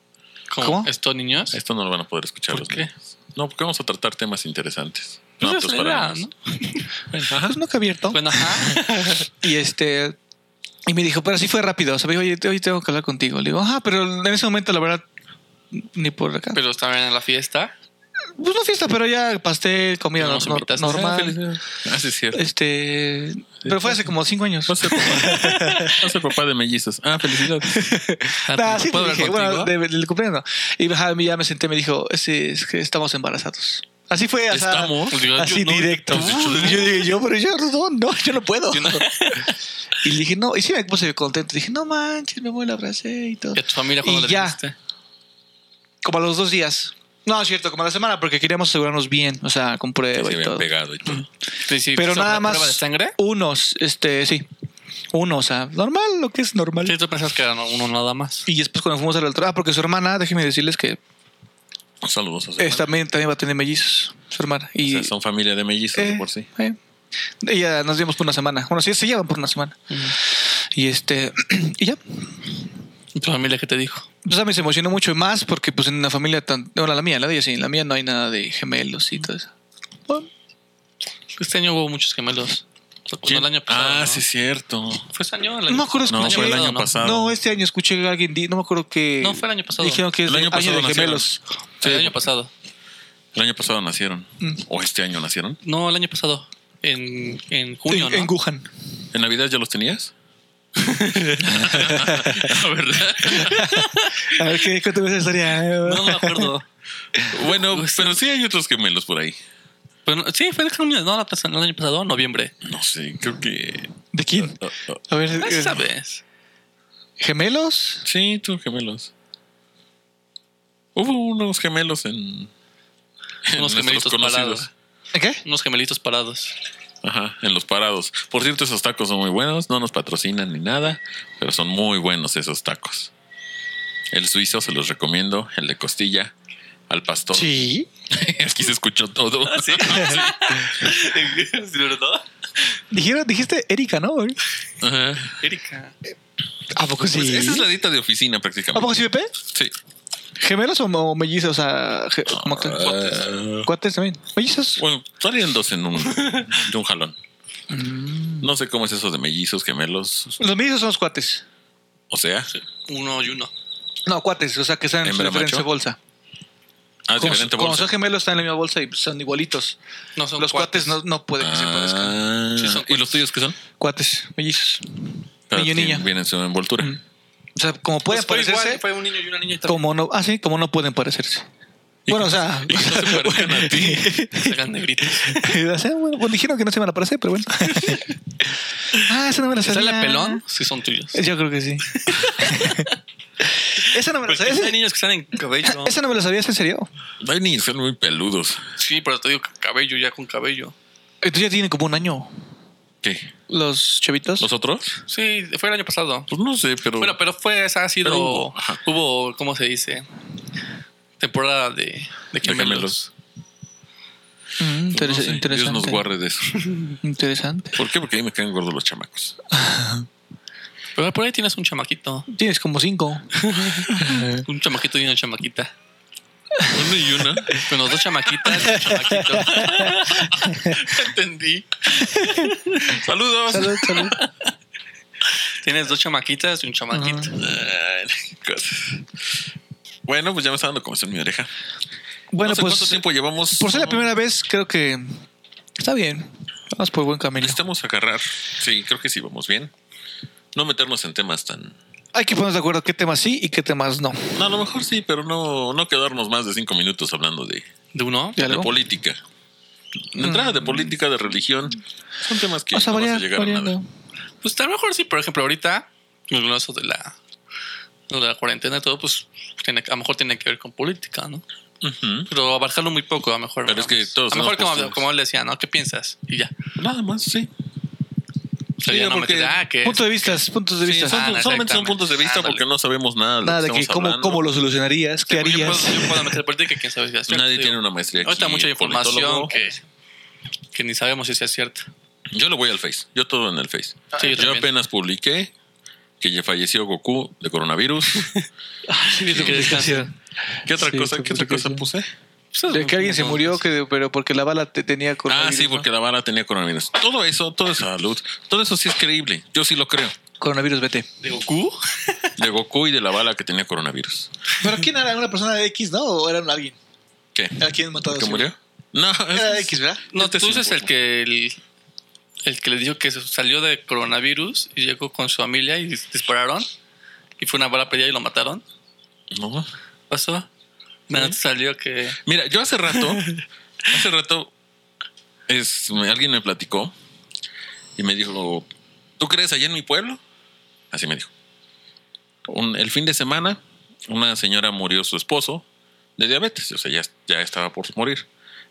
S3: ¿Cómo?
S2: ¿Cómo?
S3: ¿Esto, niños?
S1: Esto no lo van a poder escuchar
S3: ¿Por
S1: los
S3: qué?
S1: niños. No, porque vamos a tratar temas interesantes. No
S3: Pues
S1: aptos
S3: es la
S1: para
S3: idea,
S1: niños. Ah,
S3: ¿no?
S2: Pues nunca abierto.
S3: Bueno, ajá.
S2: Y este. Y me dijo, pero así fue rápido. O sea, me dijo, oye, te- hoy tengo que hablar contigo. Le digo, ajá, pero en ese momento, la verdad, ni por acá.
S3: (laughs) Pero estaban en la fiesta.
S2: pues no fiesta, pero ya pastel, comida
S3: No nos
S2: nor-
S3: invitaste.
S2: normal.
S1: Ah, sí, es cierto.
S2: Este. Pero fue hace como cinco años.
S1: No soy papá, no soy papá de mellizos. Ah,
S2: (laughs)
S1: felicidades.
S2: Ah, sí,
S3: ¿Puedo
S2: le
S3: hablar
S2: dije, bueno,
S3: contigo?
S2: de- del cumpleaños no. Y ajá, ya me senté, me dijo, es, es que estamos embarazados. Así fue, o sea,
S1: Estamos.
S3: Pues digo,
S2: así
S3: yo no-
S2: directo.
S3: Pues
S2: yo
S3: yo-
S2: dije, yo, pero yo no, no, yo no puedo.
S3: yo no-
S2: (laughs) Y le dije, no, y sí me puse contento. Dije, no manches, mi amor, la abracé y todo.
S3: ¿Y a tu familia cuando
S2: Y
S3: le
S2: ya.
S3: dijiste?
S2: Como a los dos días. No, es cierto, como a la semana, porque queríamos asegurarnos bien, o sea, con
S1: Se
S2: prueba y
S1: habían
S2: todo.
S1: pegado y todo.
S3: Sí, sí,
S2: Pero
S3: ¿sobre
S2: nada más-
S3: ¿Prueba de sangre?
S2: Unos, este, sí. Uno, o sea, normal, lo que es normal.
S3: Sí, tú pensabas que eran uno nada más.
S2: Y después cuando fuimos a la otra, ah, porque su hermana, déjenme decirles que
S1: Saludos a su
S2: es, Eh, también, también va a tener mellizos, su hermana.
S1: hermano.
S2: Y
S1: O sea, son familia de mellizos de
S2: Eh,
S1: por sí.
S2: eh. Ella nos vimos por una semana. Bueno, sí, se llevan por una semana. Y este, (clears throat) y ya.
S3: ¿Y tu familia qué te dijo?
S2: Pues a mí se emocionó mucho y más porque, pues, en una familia tan. Bueno, la mía, la de ella sí, en la mía no hay nada de gemelos y todo eso. Bueno,
S3: Este año hubo muchos gemelos. O sea, cuando
S1: ¿Quién?
S3: el año pasado.
S1: ah,
S3: ¿no?
S1: sí, es cierto.
S3: Fue este año. el
S2: No me
S3: año
S2: acuerdo
S3: pasado,
S1: No,
S2: escuché-
S1: fue el
S3: pasado,
S1: año
S3: ¿no?
S1: pasado.
S2: No, este año escuché que alguien. di- no me acuerdo que.
S3: No, fue el año pasado.
S2: Dijeron que es
S1: El año
S2: año,
S1: pasado
S2: de
S1: nacieron.
S2: gemelos.
S3: El año pasado.
S1: El año pasado nacieron.
S2: Mm.
S1: ¿O este año nacieron?
S3: No, el año pasado. En, en junio,
S2: en,
S3: ¿no?
S2: en
S3: (laughs)
S2: Wuhan.
S1: ¿En Navidad ya los tenías? Ah, ¿verdad?
S2: A ver, ¿qué, ¿qué te ves esa historia?
S3: No me acuerdo.
S1: Bueno, pero sí hay otros gemelos por ahí.
S3: Pero, no- sí, fue en junio, no, la pas- el año pasado, noviembre.
S1: No sé, creo que.
S2: ¿De quién?
S1: Ah, ah.
S2: A ver,
S3: Ah,
S2: eh,
S3: sí sabes?
S2: ¿gemelos?
S1: Sí, tú gemelos. Hubo unos gemelos en. en
S3: Unos
S1: nuestros
S3: gemelitos parados.
S2: ¿Qué?
S3: Unos gemelitos parados.
S1: Ajá, en los parados. Por cierto, esos tacos son muy buenos, no nos patrocinan ni nada, pero son muy buenos esos tacos. El suizo se los recomiendo, el de costilla, al pastor.
S2: Sí.
S1: (laughs)
S2: Ah,
S1: Aquí se escuchó todo.
S3: ¿Es verdad?
S2: Dijeron, dijiste Erika, ¿no?
S1: Ajá.
S3: Erika.
S2: ¿A poco sí?
S1: Pues esa es la dieta de oficina prácticamente.
S2: ¿A poco sí, Pepe?
S1: Sí.
S2: ¿Gemelos o, o mellizos? O sea, ge- como que-
S1: Ah,
S2: cuates también. Mellizos.
S1: bueno, salieron dos en un, de un
S2: (laughs)
S1: jalón.
S2: Mm.
S1: No sé cómo es eso de mellizos, gemelos,
S2: Los mellizos son los cuates.
S1: o sea, Ah,
S3: Uno y uno.
S2: No, cuates, o sea, que están en su
S1: ¿Hembra,
S2: diferente
S1: macho?
S2: bolsa.
S1: ah, es
S2: Como,
S1: diferente
S2: como
S1: bolsa.
S2: son gemelos, están en la misma bolsa y pues, son igualitos.
S3: No son
S2: los cuates, no, no puede que se parezcan.
S1: Ah,
S3: Sí, son
S1: ¿Y los
S3: cuates.
S1: tuyos qué son?
S2: Cuates, mellizos.
S1: Pero
S2: Niño
S1: tienen-
S2: y niña.
S1: Vienen en su envoltura.
S2: O sea, como pueden
S3: Pues fue igual,
S2: parecerse,
S3: fue un niño y una niña también.
S2: como no, ah, sí, como no pueden parecerse.
S1: ¿Y
S2: Bueno,
S1: qué-
S2: o sea,
S1: y que no se parezcan
S2: (laughs)
S1: a ti.
S3: Se hagan negritos.
S2: o sea, bueno, pues, dijeron que no se van a parecer,
S1: (laughs)
S2: pero bueno. ah, esa no me la
S3: ¿Te
S2: sabía.
S3: sale pelón? Sí, son tuyos.
S2: Yo creo que sí. (laughs) esa no
S1: Pues,
S2: me la
S3: Porque
S2: sabía.
S3: Pues hay niños que están en cabello.
S2: (laughs) Esa no me la sabía, ¿es en serio?
S1: Hay niños que son muy peludos.
S3: Sí, pero te digo que cabello, ya con cabello.
S2: Entonces ya tienen como un año
S1: ¿Qué?
S2: los chavitos.
S1: ¿Los otros?
S3: Sí, fue el año pasado.
S1: Pues no sé,
S2: Uh.
S1: pero.
S3: Bueno, pero fue, esa ha sido.
S1: Pero hubo,
S3: hubo,
S1: ajá.
S3: ¿cómo se dice? Temporada de, de
S1: De gemelos.
S3: gemelos.
S2: Mm,
S1: Pues
S2: interes-
S1: no sé,
S2: interesante.
S1: Dios nos guarde de eso.
S2: Interesante.
S1: ¿Por qué? Porque ahí me caen gordos los chamacos.
S3: Pero por ahí tienes un chamaquito.
S2: Tienes como cinco. Eh.
S3: Un chamaquito y una chamaquita.
S1: Uno y una.
S3: Con los dos chamaquitas,
S1: (laughs)
S3: un chamaquito.
S1: Entendí. (laughs) Saludos.
S2: Salud,
S1: (laughs)
S2: salud.
S3: Tienes dos chamaquitas y un chamaquito.
S1: Ay, cosas. Bueno, pues ya me está dando comezón mi oreja.
S2: Bueno,
S1: No sé ¿Cuánto
S2: pues
S1: tiempo llevamos?
S2: por ser la primera vez, creo que está bien. Vamos por buen camino.
S1: Necesitamos agarrar. Sí, creo que sí, vamos bien. No meternos en temas tan.
S2: Hay que ponernos de acuerdo qué temas sí y qué temas no.
S1: No, a lo mejor sí, pero no, no quedarnos más de cinco minutos hablando de,
S3: ¿De uno?
S2: Ya
S1: de
S2: luego.
S1: política. La entrada de política, de religión, son temas que
S2: Mm. O sea,
S1: no
S2: varía-
S1: vas a llegar a
S2: variando.
S1: nada.
S3: Pues a lo mejor sí, por ejemplo, ahorita, con eso de la, lo de la cuarentena y todo, pues tiene, a lo mejor tiene que ver con política, ¿no?
S1: Ujú.
S3: Pero abarcarlo muy poco, a lo mejor.
S1: Pero es que
S3: vamos.
S1: todos
S3: A lo mejor,
S1: tenemos
S3: como,
S1: posturas.
S3: como él decía, ¿no? ¿Qué piensas? Y ya.
S1: Nada más, sí.
S3: O sea,
S1: Sí,
S3: ya no
S1: porque-
S3: metes, ah, que.
S2: Puntos de vista, puntos de
S1: Sí,
S2: vista.
S1: son-
S3: Ah, no,
S1: solamente son
S3: exactamente.
S1: puntos de vista
S3: Ándale.
S1: porque no sabemos nada de,
S2: Nada de
S1: lo que
S2: que
S1: estamos
S2: cómo,
S1: hablando.
S2: cómo lo solucionarías, qué
S3: Yo puedo,
S2: (laughs) harías.
S3: yo puedo meter política, quién sabe si es cierto,
S1: Nadie
S3: digo.
S1: tiene una maestría.
S3: Ahorita
S1: aquí,
S3: mucha información
S1: politólogo.
S3: que, que ni sabemos si sea cierta.
S1: Yo le voy al Face. Yo todo en el Face.
S3: Sí, Ah, yo
S1: yo
S3: también.
S1: apenas publiqué que ya falleció Goku de coronavirus.
S3: Sí,
S2: Sí,
S3: que
S2: sí,
S3: descanse.
S2: sí.
S1: ¿Qué otra
S2: (laughs) Sí,
S1: cosa?
S2: tu
S1: ¿Qué otra cosa puse?
S2: De que alguien se murió, que, pero porque la bala te tenía
S1: Ah,
S2: coronavirus.
S1: sí, porque la bala tenía coronavirus. Todo eso, todo eso, salud. Todo eso sí es creíble. Yo sí lo creo.
S2: ¿no? Coronavirus, vete.
S3: ¿De Goku?
S1: De Goku y de la bala que tenía coronavirus.
S5: Pero ¿quién era? ¿Una persona de X, no? ¿O era alguien?
S1: ¿Qué?
S5: ¿Era quien mató a
S1: ¿Que
S5: su-
S1: murió? No,
S5: Era
S2: É,
S1: es-
S5: X, ¿verdad?
S3: No,
S1: Este
S3: tú
S1: sí me
S3: es el
S1: acuerdo.
S3: que el, el que le dijo que se- salió de coronavirus y llegó con su familia y dis- dispararon. Y fue una bala perdida y lo mataron.
S1: no.
S3: ¿Pasó? Nada, te salió que.
S1: Mira, yo hace rato, hace rato, es, me- alguien me platicó y me dijo, ¿tú crees allá en mi pueblo? Así me dijo. Un- el fin de semana, una señora murió su esposo de diabetes, o sea, ya, ya estaba por morir,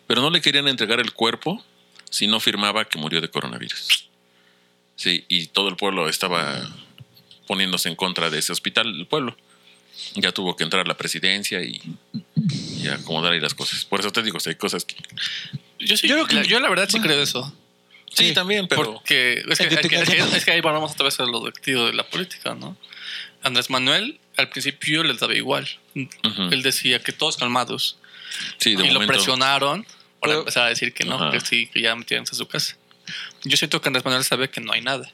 S1: pero no le querían entregar el cuerpo si no firmaba que murió de coronavirus. Sí, y todo el pueblo estaba poniéndose en contra de ese hospital, el pueblo. Ya tuvo que entrar la presidencia y y acomodar ahí las cosas. Por eso te digo, si hay cosas que.
S3: Yo, sí,
S5: Yo creo que-
S3: la, yo la verdad sí creo eso.
S1: Sí, también, pero.
S3: Porque es que,
S5: El detective
S3: es que-
S5: Conan.
S3: es que ahí vamos otra vez a lo directivo de la política, ¿no? Andrés Manuel al principio les daba igual.
S1: Ujú.
S3: Él decía que todos calmados.
S1: Sí,
S3: y
S1: de
S3: lo
S1: momento.
S3: presionaron para
S2: Pero-
S3: empezar a decir que no,
S1: Ajá.
S3: que sí, que ya metieron a su casa. Yo siento que Andrés Manuel sabe que no hay nada.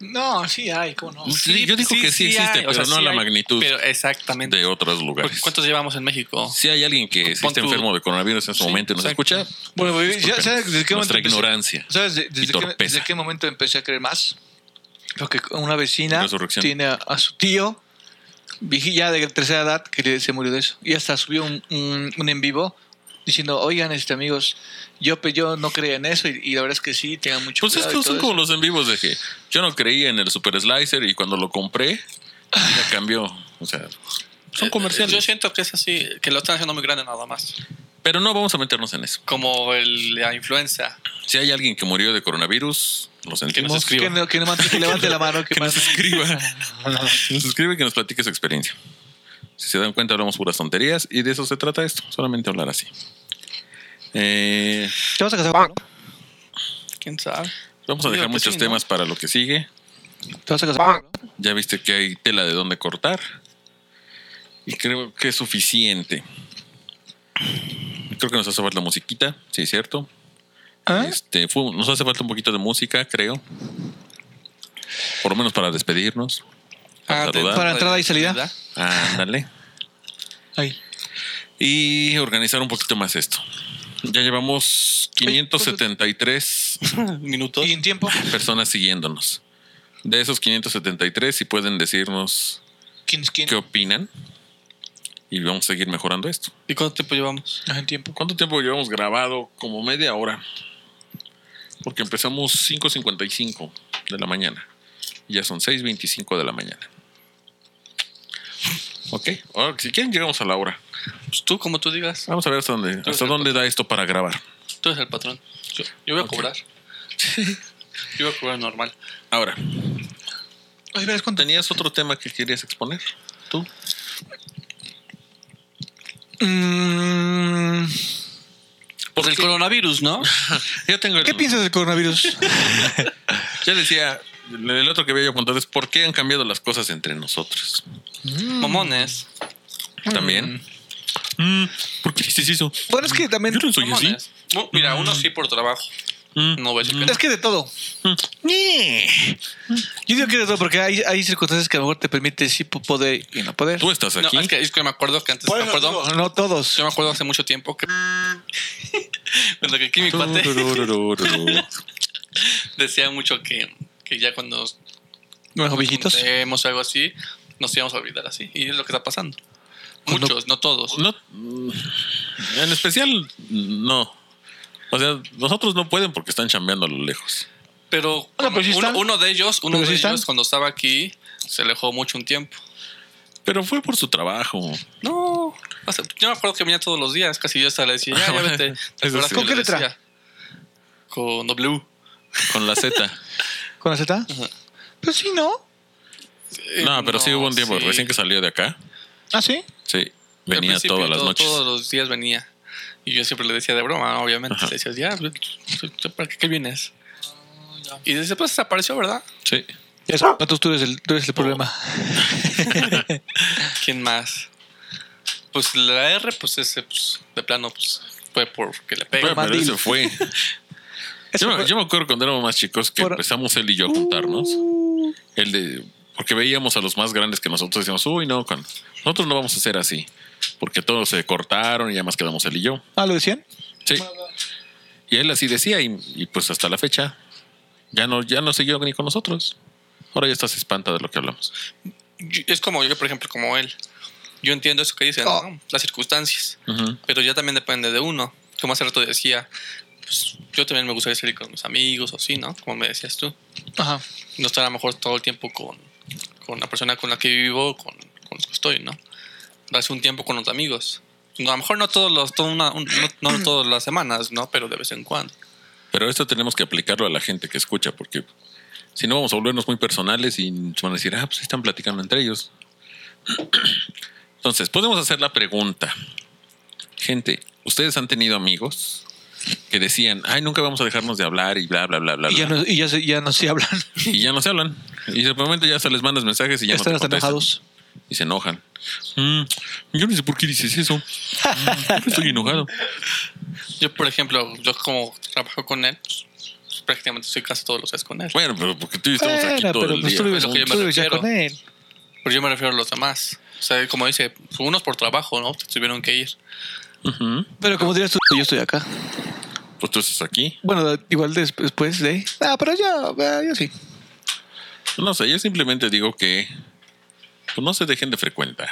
S5: No, sí, ay, ¿cómo no?
S1: Sí, yo digo que sí existe,
S3: hay, o
S1: (laughs) pero
S3: sea,
S1: no a
S3: sí
S1: la
S3: hay,
S1: magnitud
S3: Pero exactamente.
S1: de otros
S3: Porque
S1: lugares.
S3: ¿Cuántos llevamos en México?
S1: Si hay alguien que
S3: Pon
S1: sí está
S3: tú-
S1: enfermo de coronavirus en su
S3: Sí,
S1: momento y nos
S3: exacto.
S1: escucha,
S2: Bueno, güey, ya
S1: disculpen,
S2: sabes desde qué momento
S1: pues nuestra
S2: empecé,
S1: ignorancia.
S2: ¿sabes de- desde, qué,
S1: torpeza.
S2: desde qué momento empecé a creer más? Porque una vecina
S1: Resurrección.
S2: tiene a, a su tío, vieji- ya de tercera edad, que le- se murió de eso. Y hasta subió un, un- un en vivo diciendo, oigan, este, amigos, yo, pe- yo no creía en eso y, y la verdad es que sí, tengan mucho
S1: Pues
S2: cuidado. y
S1: estos son
S2: todo
S1: como
S2: eso".
S1: los en vivos de que yo no creía en el Super Slicer y cuando lo compré, ya cambió. O sea, son
S3: Eh, Yo
S1: comerciales.
S3: siento que es así, que lo están haciendo muy grande nada más.
S1: Pero no vamos a meternos en eso.
S3: Como el, la influenza.
S1: Si hay alguien que murió de coronavirus, lo sentimos.
S3: escriba.
S2: Que, no- que no mate- que levante la mano,
S1: (laughs)
S2: que,
S1: que nos
S2: (laughs)
S1: escriba.
S3: Ah,
S1: Que nos escriba y que nos platique su experiencia. Si se dan cuenta, hablamos puras tonterías y de eso se trata esto, solamente hablar así. Eh,
S2: Te vas a casar, ¿no?
S3: ¿Quién sabe?
S1: vamos a
S3: Digo
S1: dejar
S3: que
S1: muchos
S3: sí, ¿no?
S1: temas para lo que sigue.
S2: Te vas a casar, ¿no?
S1: Ya viste que hay tela de dónde cortar. Y creo que es suficiente. Creo que nos hace falta musiquita, sí, cierto.
S2: ¿Ah?
S1: Este, fu- nos hace falta un poquito de música, creo. Por lo menos para despedirnos.
S3: Ah,
S1: Para saludar.
S2: para entrada y salida.
S1: Ándale.
S2: Ay.
S1: y organizar un poquito más esto. Ya llevamos 573
S3: Minutos.
S2: ¿Y en tiempo?
S1: personas siguiéndonos. De esos 573, si pueden decirnos
S2: ¿Quién es quién?
S1: qué opinan. Y vamos a seguir mejorando esto.
S3: ¿Y cuánto tiempo llevamos?
S2: Ah, en tiempo.
S1: ¿Cuánto tiempo llevamos grabado? Como media hora. Porque empezamos 5.55 de la mañana. Y ya son 6.25 de la mañana. Ok. Ahora, si quieren, llegamos a la hora.
S3: Pues tú, como tú digas.
S1: Vamos a ver hasta dónde, hasta dónde da esto para grabar.
S3: Tú eres el patrón. Yo, yo voy a
S1: Ok. (laughs)
S3: cobrar. yo voy a cobrar normal.
S1: Ahora,
S2: Oye, verás cuánto.
S1: ¿Tenías otro tema que querías exponer? ¿Tú?
S2: Mm,
S3: Por el coronavirus, ¿no?
S1: Yo tengo el-
S2: ¿Qué piensas
S1: (laughs)
S2: del coronavirus?
S1: Ya decía, el otro que había yo apuntado es ¿por qué han cambiado las cosas entre nosotros?
S3: Mm. Mamones.
S1: También. Mm, ¿Por qué dices eso?
S2: bueno, es que también.
S1: Yo no soy así.
S3: Mamones. No, Mira, uno sí por trabajo.
S1: Mm,
S3: No voy a decir que no.
S2: Es que de todo. Yo digo que de todo, porque hay, hay circunstancias que a lo mejor te permite sí po- poder y no poder.
S1: Tú estás
S3: No,
S1: aquí.
S3: es que, es que me acuerdo que antes,
S5: Por
S3: me
S2: Ah,
S5: eso
S3: acuerdo,
S5: digo.
S2: No todos.
S3: yo me acuerdo hace mucho tiempo que (laughs) cuando que aquí
S2: (laughs)
S3: mi cuate
S1: Turururururu.
S3: (laughs) decía mucho que, que ya cuando nos
S2: Los viejitos.
S3: juntemos o algo así, nos íbamos a olvidar así. Y es lo que está pasando.
S2: Cuando-
S3: Muchos, no todos.
S1: No, mm, en especial, no. O sea, nosotros no pueden porque están chambeando a lo lejos.
S3: Pero,
S2: pero
S3: como
S2: sí
S3: uno,
S2: están.
S3: uno de ellos, uno
S2: Pero
S3: de
S2: sí
S3: ellos,
S2: están.
S3: cuando estaba aquí, se alejó mucho un tiempo.
S1: Pero fue por su trabajo.
S3: No. O sea, yo me acuerdo que venía todos los días, casi yo hasta le decía, ya,
S2: (laughs)
S3: ya vete. ¿Te
S1: Eso sí.
S3: acuerdas que
S2: ¿Con
S3: le
S2: qué letra?
S3: decía? Con W.
S1: Con
S3: (laughs)
S1: la Z.
S2: ¿Con la Z? Pues sí, ¿no?
S3: Eh,
S1: No, pero sí hubo un tiempo.
S3: sí.
S1: Recién que salió de acá,
S2: ¿Ah, sí?
S1: sí.
S3: Al
S1: Venía
S3: principio,
S1: todas las
S3: todo-
S1: noches.
S3: Todos los días venía. Y yo siempre le decía de broma, obviamente.
S1: Ajá.
S3: Le decías, ya, pues, ¿para qué, qué vienes? Y después desapareció, ¿verdad?
S1: Sí.
S2: Ya sabes, Oh. Patos, tú eres el, tú eres el problema.
S3: ¿Quién más? Pues la R, pues ese, pues, de plano, pues fue porque le
S1: Bueno,
S3: pega.
S1: pero
S2: mandil.
S1: eso fue.
S2: Eso
S1: Yo, me-
S2: fue-
S1: yo me acuerdo cuando éramos más chicos que
S2: Por-
S1: empezamos él y yo a juntarnos.
S2: Uh.
S1: El de, porque veíamos a los más grandes que nosotros decíamos, uy, no, con- nosotros no vamos a ser así. Porque todos se cortaron y además quedamos él y yo.
S2: Ah, lo decían.
S1: Sí. Y él así decía y, y pues hasta la fecha ya no, ya no siguió ni con nosotros. Ahora ya estás espanta de lo que hablamos.
S3: Yo- Es como yo, por ejemplo, como él. Yo entiendo eso que dicen,
S5: Oh.
S3: ¿no? las circunstancias,
S1: Ujú.
S3: pero ya también depende de uno. Como hace rato decía, pues yo también me gustaría salir con mis amigos o así, ¿no? Como me decías tú.
S2: Ajá.
S3: No estar a lo mejor todo el tiempo con, con la persona con la que vivo, con, con los que estoy, ¿no? Darse un tiempo con los amigos. No, a lo mejor no todos los, todo una- un- no, no todas las semanas, ¿no? Pero de vez en cuando.
S1: Pero esto tenemos que aplicarlo a la gente que escucha, porque si no vamos a volvernos muy personales y nos van a decir, ah, pues están platicando entre ellos. (clears throat) Entonces, podemos hacer la pregunta. Gente, ¿ustedes han tenido amigos que decían, ay, nunca vamos a dejarnos de hablar y bla, bla, bla, bla,
S2: Y ya
S1: bla"?
S2: no, y ya, se- ya no se hablan.
S1: Y ya no se hablan. Y de momento ya hasta les mandas mensajes y ya
S2: Están
S1: no te
S2: hasta
S1: contestan.
S2: enojados.
S1: Y se enojan. "Mm, yo no sé por qué dices eso. Mm, yo estoy
S2: (laughs)
S1: enojado.
S3: Yo, por ejemplo, yo como trabajo con él, pues, prácticamente estoy casi todos los días con él.
S1: Bueno, pero porque tú y yo estamos aquí
S2: Bueno,
S1: todo
S2: pero
S1: el
S2: pues
S1: día.
S2: tú vives,
S3: es lo que yo me
S2: tú vives ya
S3: refiero.
S2: con él.
S3: Pero yo me refiero a los demás. O sea, como dice, unos por trabajo, ¿no? Se tuvieron que ir.
S1: Ujú.
S2: Pero como dirías tú, yo estoy acá.
S1: Pues tú estás aquí.
S2: Bueno, igual des- después de. Ah, pero yo, ah, yo sí.
S1: No sé, yo simplemente digo que pues, no se dejen de frecuentar.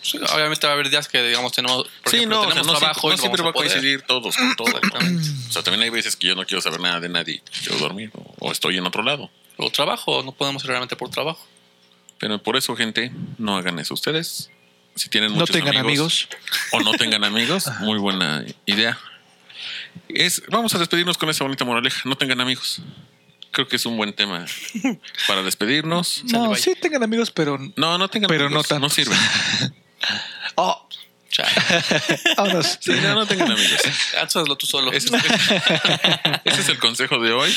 S3: Sí, Obviamente va a haber días que, digamos, tenemos, por ejemplo,
S1: o sea,
S3: tenemos trabajo
S1: siempre, no
S3: y no
S1: siempre va a
S3: vamos a poder.
S1: coincidir todos con todos. ¿no? O sea, también hay veces que yo no quiero saber nada de nadie. Quiero dormir o, o estoy en otro lado.
S3: O trabajo, no podemos ir realmente por trabajo.
S1: Pero por eso, gente, no hagan eso ustedes. Si tienen
S2: No
S1: muchos
S2: tengan
S1: amigos,
S2: amigos.
S1: o no
S2: (laughs)
S1: tengan amigos, muy buena idea. Es, vamos a despedirnos con esa bonita moraleja. No tengan amigos. Creo que es un buen
S2: (laughs)
S1: tema para despedirnos.
S3: Sale,
S2: No,
S3: bye.
S2: sí tengan amigos, pero.
S1: No, no tengan
S2: Pero no
S1: amigos.
S2: tantos.
S1: no sirven.
S2: Oh,
S1: (laughs)
S3: Chale,
S2: (laughs) vámonos.
S1: Sí, no, no tengan
S2: (laughs)
S1: amigos.
S3: hazlo tú solo.
S1: Ese es,
S3: (laughs)
S1: ese es el consejo de hoy.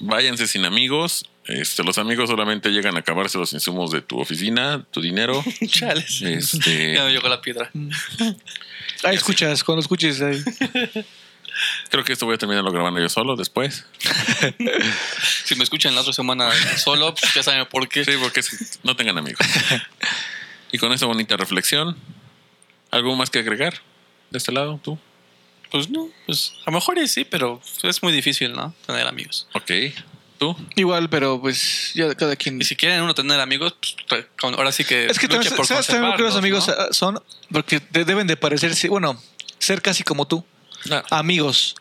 S1: Váyanse sin amigos. Este, los amigos solamente llegan a acabarse los insumos de tu oficina, tu dinero.
S2: (laughs)
S3: Chales.
S2: Eh,
S1: Este,
S3: Ya me llegó la piedra.
S2: Mm. Ahí escuchas, cuando escuches. ahí.
S1: creo que esto voy a terminarlo grabando yo solo después.
S3: Si me escuchan la otra semana solo, pues ya saben por qué.
S1: Sí, porque es- no tengan
S2: (laughs)
S1: amigos. Y con esa bonita reflexión, ¿algo más que agregar de este lado? ¿Tú?
S3: Pues no, pues a lo mejor y sí, pero es muy difícil, ¿no? Tener amigos.
S1: Ok. ¿Tú?
S2: Igual, pero pues ya cada quien.
S3: Y si quieren uno tener amigos, pues tra- con- ahora sí que.
S2: Es que
S3: luche
S2: también, ¿sabes también lo que los amigos
S3: conservarlos, ¿no?
S2: ah, son? Porque de- deben de parecerse, bueno, ser casi como tú,
S1: No.
S2: amigos.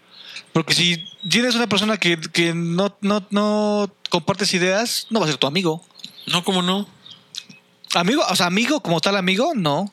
S2: Porque si tienes una persona que, que no, no, no compartes ideas, no va a ser tu amigo.
S1: No, ¿cómo no?
S2: Amigo, o sea, amigo como tal amigo, no.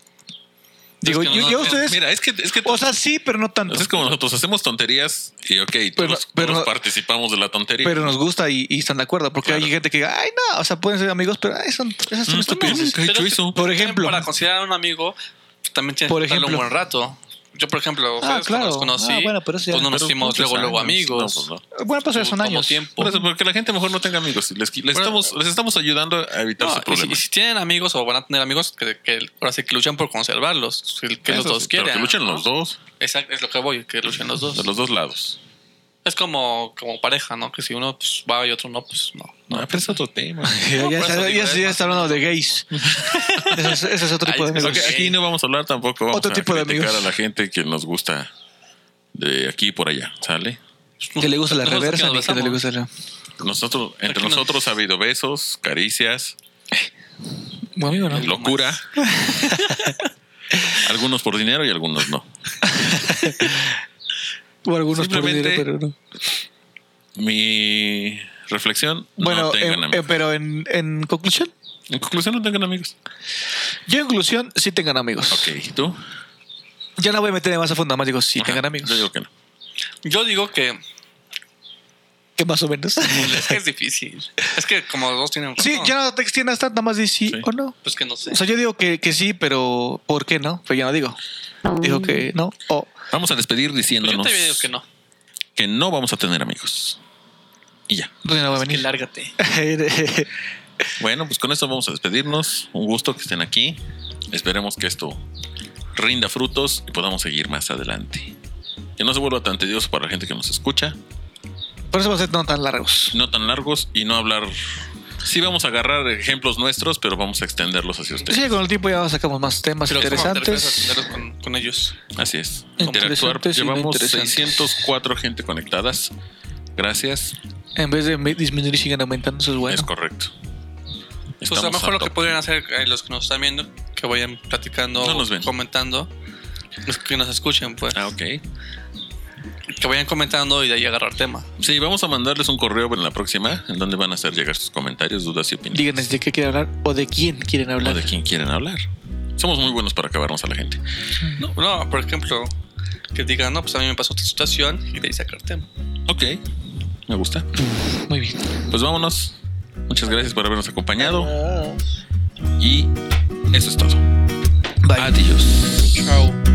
S2: Digo,
S3: Es que
S2: yo,
S3: no,
S2: yo a
S3: no,
S2: ustedes,
S1: Mira, es que, es que
S2: o sea, sí, pero no tanto.
S1: es como nosotros hacemos tonterías y ok, todos,
S2: Pero- pero-
S1: todos participamos de la tontería.
S2: Pero nos gusta y, y están de acuerdo, porque
S1: Claro.
S2: hay gente que diga, ay, no, o sea, pueden ser amigos, pero ay, son, esas son
S1: Mm,
S2: estupideces".
S1: papi, nunca he hecho
S3: Pero-
S1: eso.
S2: Por
S3: También
S2: ejemplo,
S3: Para considerar a un amigo, pues, también tienes
S2: Por
S3: que darle un
S2: ejemplo.
S3: buen rato. Yo, por ejemplo, ustedes cuando
S2: claro.
S3: los conocí,
S2: Ah, bueno, pero eso ya-
S3: pues no nos
S1: Pero
S3: hicimos
S1: ¿cuántos
S3: luego, luego
S1: años?
S3: amigos.
S1: No, pues no.
S2: bueno, pues ya son
S3: Tomó
S2: años.
S3: tiempo.
S1: Por eso, porque la gente mejor no tenga amigos. Les, les
S3: Bueno,
S1: estamos, les estamos ayudando a evitar
S3: No,
S1: sus
S3: y, si, y
S1: problemas.
S3: si tienen amigos o van a tener amigos, que, que ahora sí que luchan por conservarlos, que que los
S1: Eso
S3: dos
S1: sí, pero
S3: quieran.
S1: que luchen
S3: ¿no?
S1: los dos,
S3: Exacto, es lo que voy, que luchen los dos.
S1: de los dos lados.
S3: Es como, como pareja, ¿no? Que si uno pues, va y otro no, pues no.
S1: No, Ah, pero es otro
S3: (laughs)
S1: tema.
S2: Ya,
S3: No,
S2: ya
S3: por
S2: está-
S3: eso digo,
S2: ya
S3: es
S2: ya
S3: más
S2: está hablando de gays. ese, es, ese es otro
S3: Ay,
S2: tipo de
S3: es que-
S2: amigos.
S1: Ok, aquí no vamos a hablar tampoco. Vamos
S2: Otro
S1: a
S2: tipo de
S1: criticar
S2: amigos.
S1: a la gente que nos gusta de aquí y por allá, ¿sale?
S2: Que le gusta la
S3: Nosotros
S2: reversa
S3: aquí
S2: ni
S3: nos
S2: que no le
S3: besamos.
S2: gusta la...
S1: Nosotros, entre
S3: Aquí no.
S1: nosotros ha habido besos, caricias,
S2: Buen amigo, ¿no?
S1: locura. (laughs) algunos por dinero y algunos no.
S2: O algunos por
S1: Simplemente-
S2: dinero, pero no.
S1: Mi reflexión,
S2: Bueno, em,
S1: no tengan
S2: en-
S1: amigos.
S2: en- pero en, en conclusión,
S1: En conclusión, no tengan amigos.
S2: yo en conclusión sí tengan amigos.
S1: Ok, ¿y ¿tú?
S2: Ya no voy a meter más a fondo, nada más digo sí
S1: Ajá,
S2: tengan amigos.
S1: Yo digo que no.
S3: Yo digo que pues,
S2: Que más o menos.
S3: es que es difícil. Es que como los dos tienen
S2: sí,
S3: razón,
S2: ya no te extiendas tanto, nada más di sí,
S1: Sí.
S2: o no.
S3: Pues que no sé.
S2: O sea, yo digo que, que sí, pero ¿por qué no? Pues ya no digo. Digo que no. O
S1: Vamos a despedir
S3: Pues yo
S1: diciéndonos
S3: te digo que no.
S1: que no vamos a tener amigos. Y ya.
S2: no, ya no voy a
S3: Que
S2: venir.
S3: lárgate.
S1: Bueno, pues con esto vamos a despedirnos. Un gusto que estén aquí. Esperemos que esto rinda frutos y podamos seguir más adelante. Que no se vuelva tan tedioso para la gente que nos escucha,
S2: (laughs) Por eso va a ser no tan largos.
S1: no tan largos y no hablar. Sí, vamos a agarrar ejemplos nuestros, pero vamos a extenderlos hacia ustedes.
S2: Pues Sí, con el tiempo ya sacamos más temas
S3: Pero ¿cómo te refieres a
S2: interesantes.
S3: tenerlos con, con ellos.
S1: Así es.
S2: Interesantes
S1: Interactuar.
S2: y no
S1: Llevamos
S2: interesantes.
S1: 604 gente conectadas. Gracias.
S2: En vez de me- disminuir, siguen aumentando. Eso es bueno.
S1: Es correcto.
S3: Pues a lo
S1: Estamos
S3: mejor
S1: a
S3: lo que
S1: tope.
S3: podrían hacer eh, los que nos están viendo, que vayan platicando,
S1: No nos ven.
S3: comentando, los que nos escuchen, pues,
S1: Ah, ok.
S3: que vayan comentando y de ahí agarrar tema.
S1: Sí, vamos a mandarles un correo en la próxima en donde van a hacer llegar sus comentarios, dudas y opiniones.
S2: Díganos de qué quieren hablar o de quién quieren
S1: O
S2: hablar.
S1: de quién quieren hablar. Somos muy buenos para acabarnos a la gente.
S3: No, no, por ejemplo, que digan, no, pues a mí me pasó esta situación y de ahí sacar tema.
S1: Ok, me gusta.
S2: Muy bien.
S1: Pues vámonos. Muchas gracias por habernos acompañado. Y eso es todo.
S2: Bye.
S1: Adiós.
S3: Chao.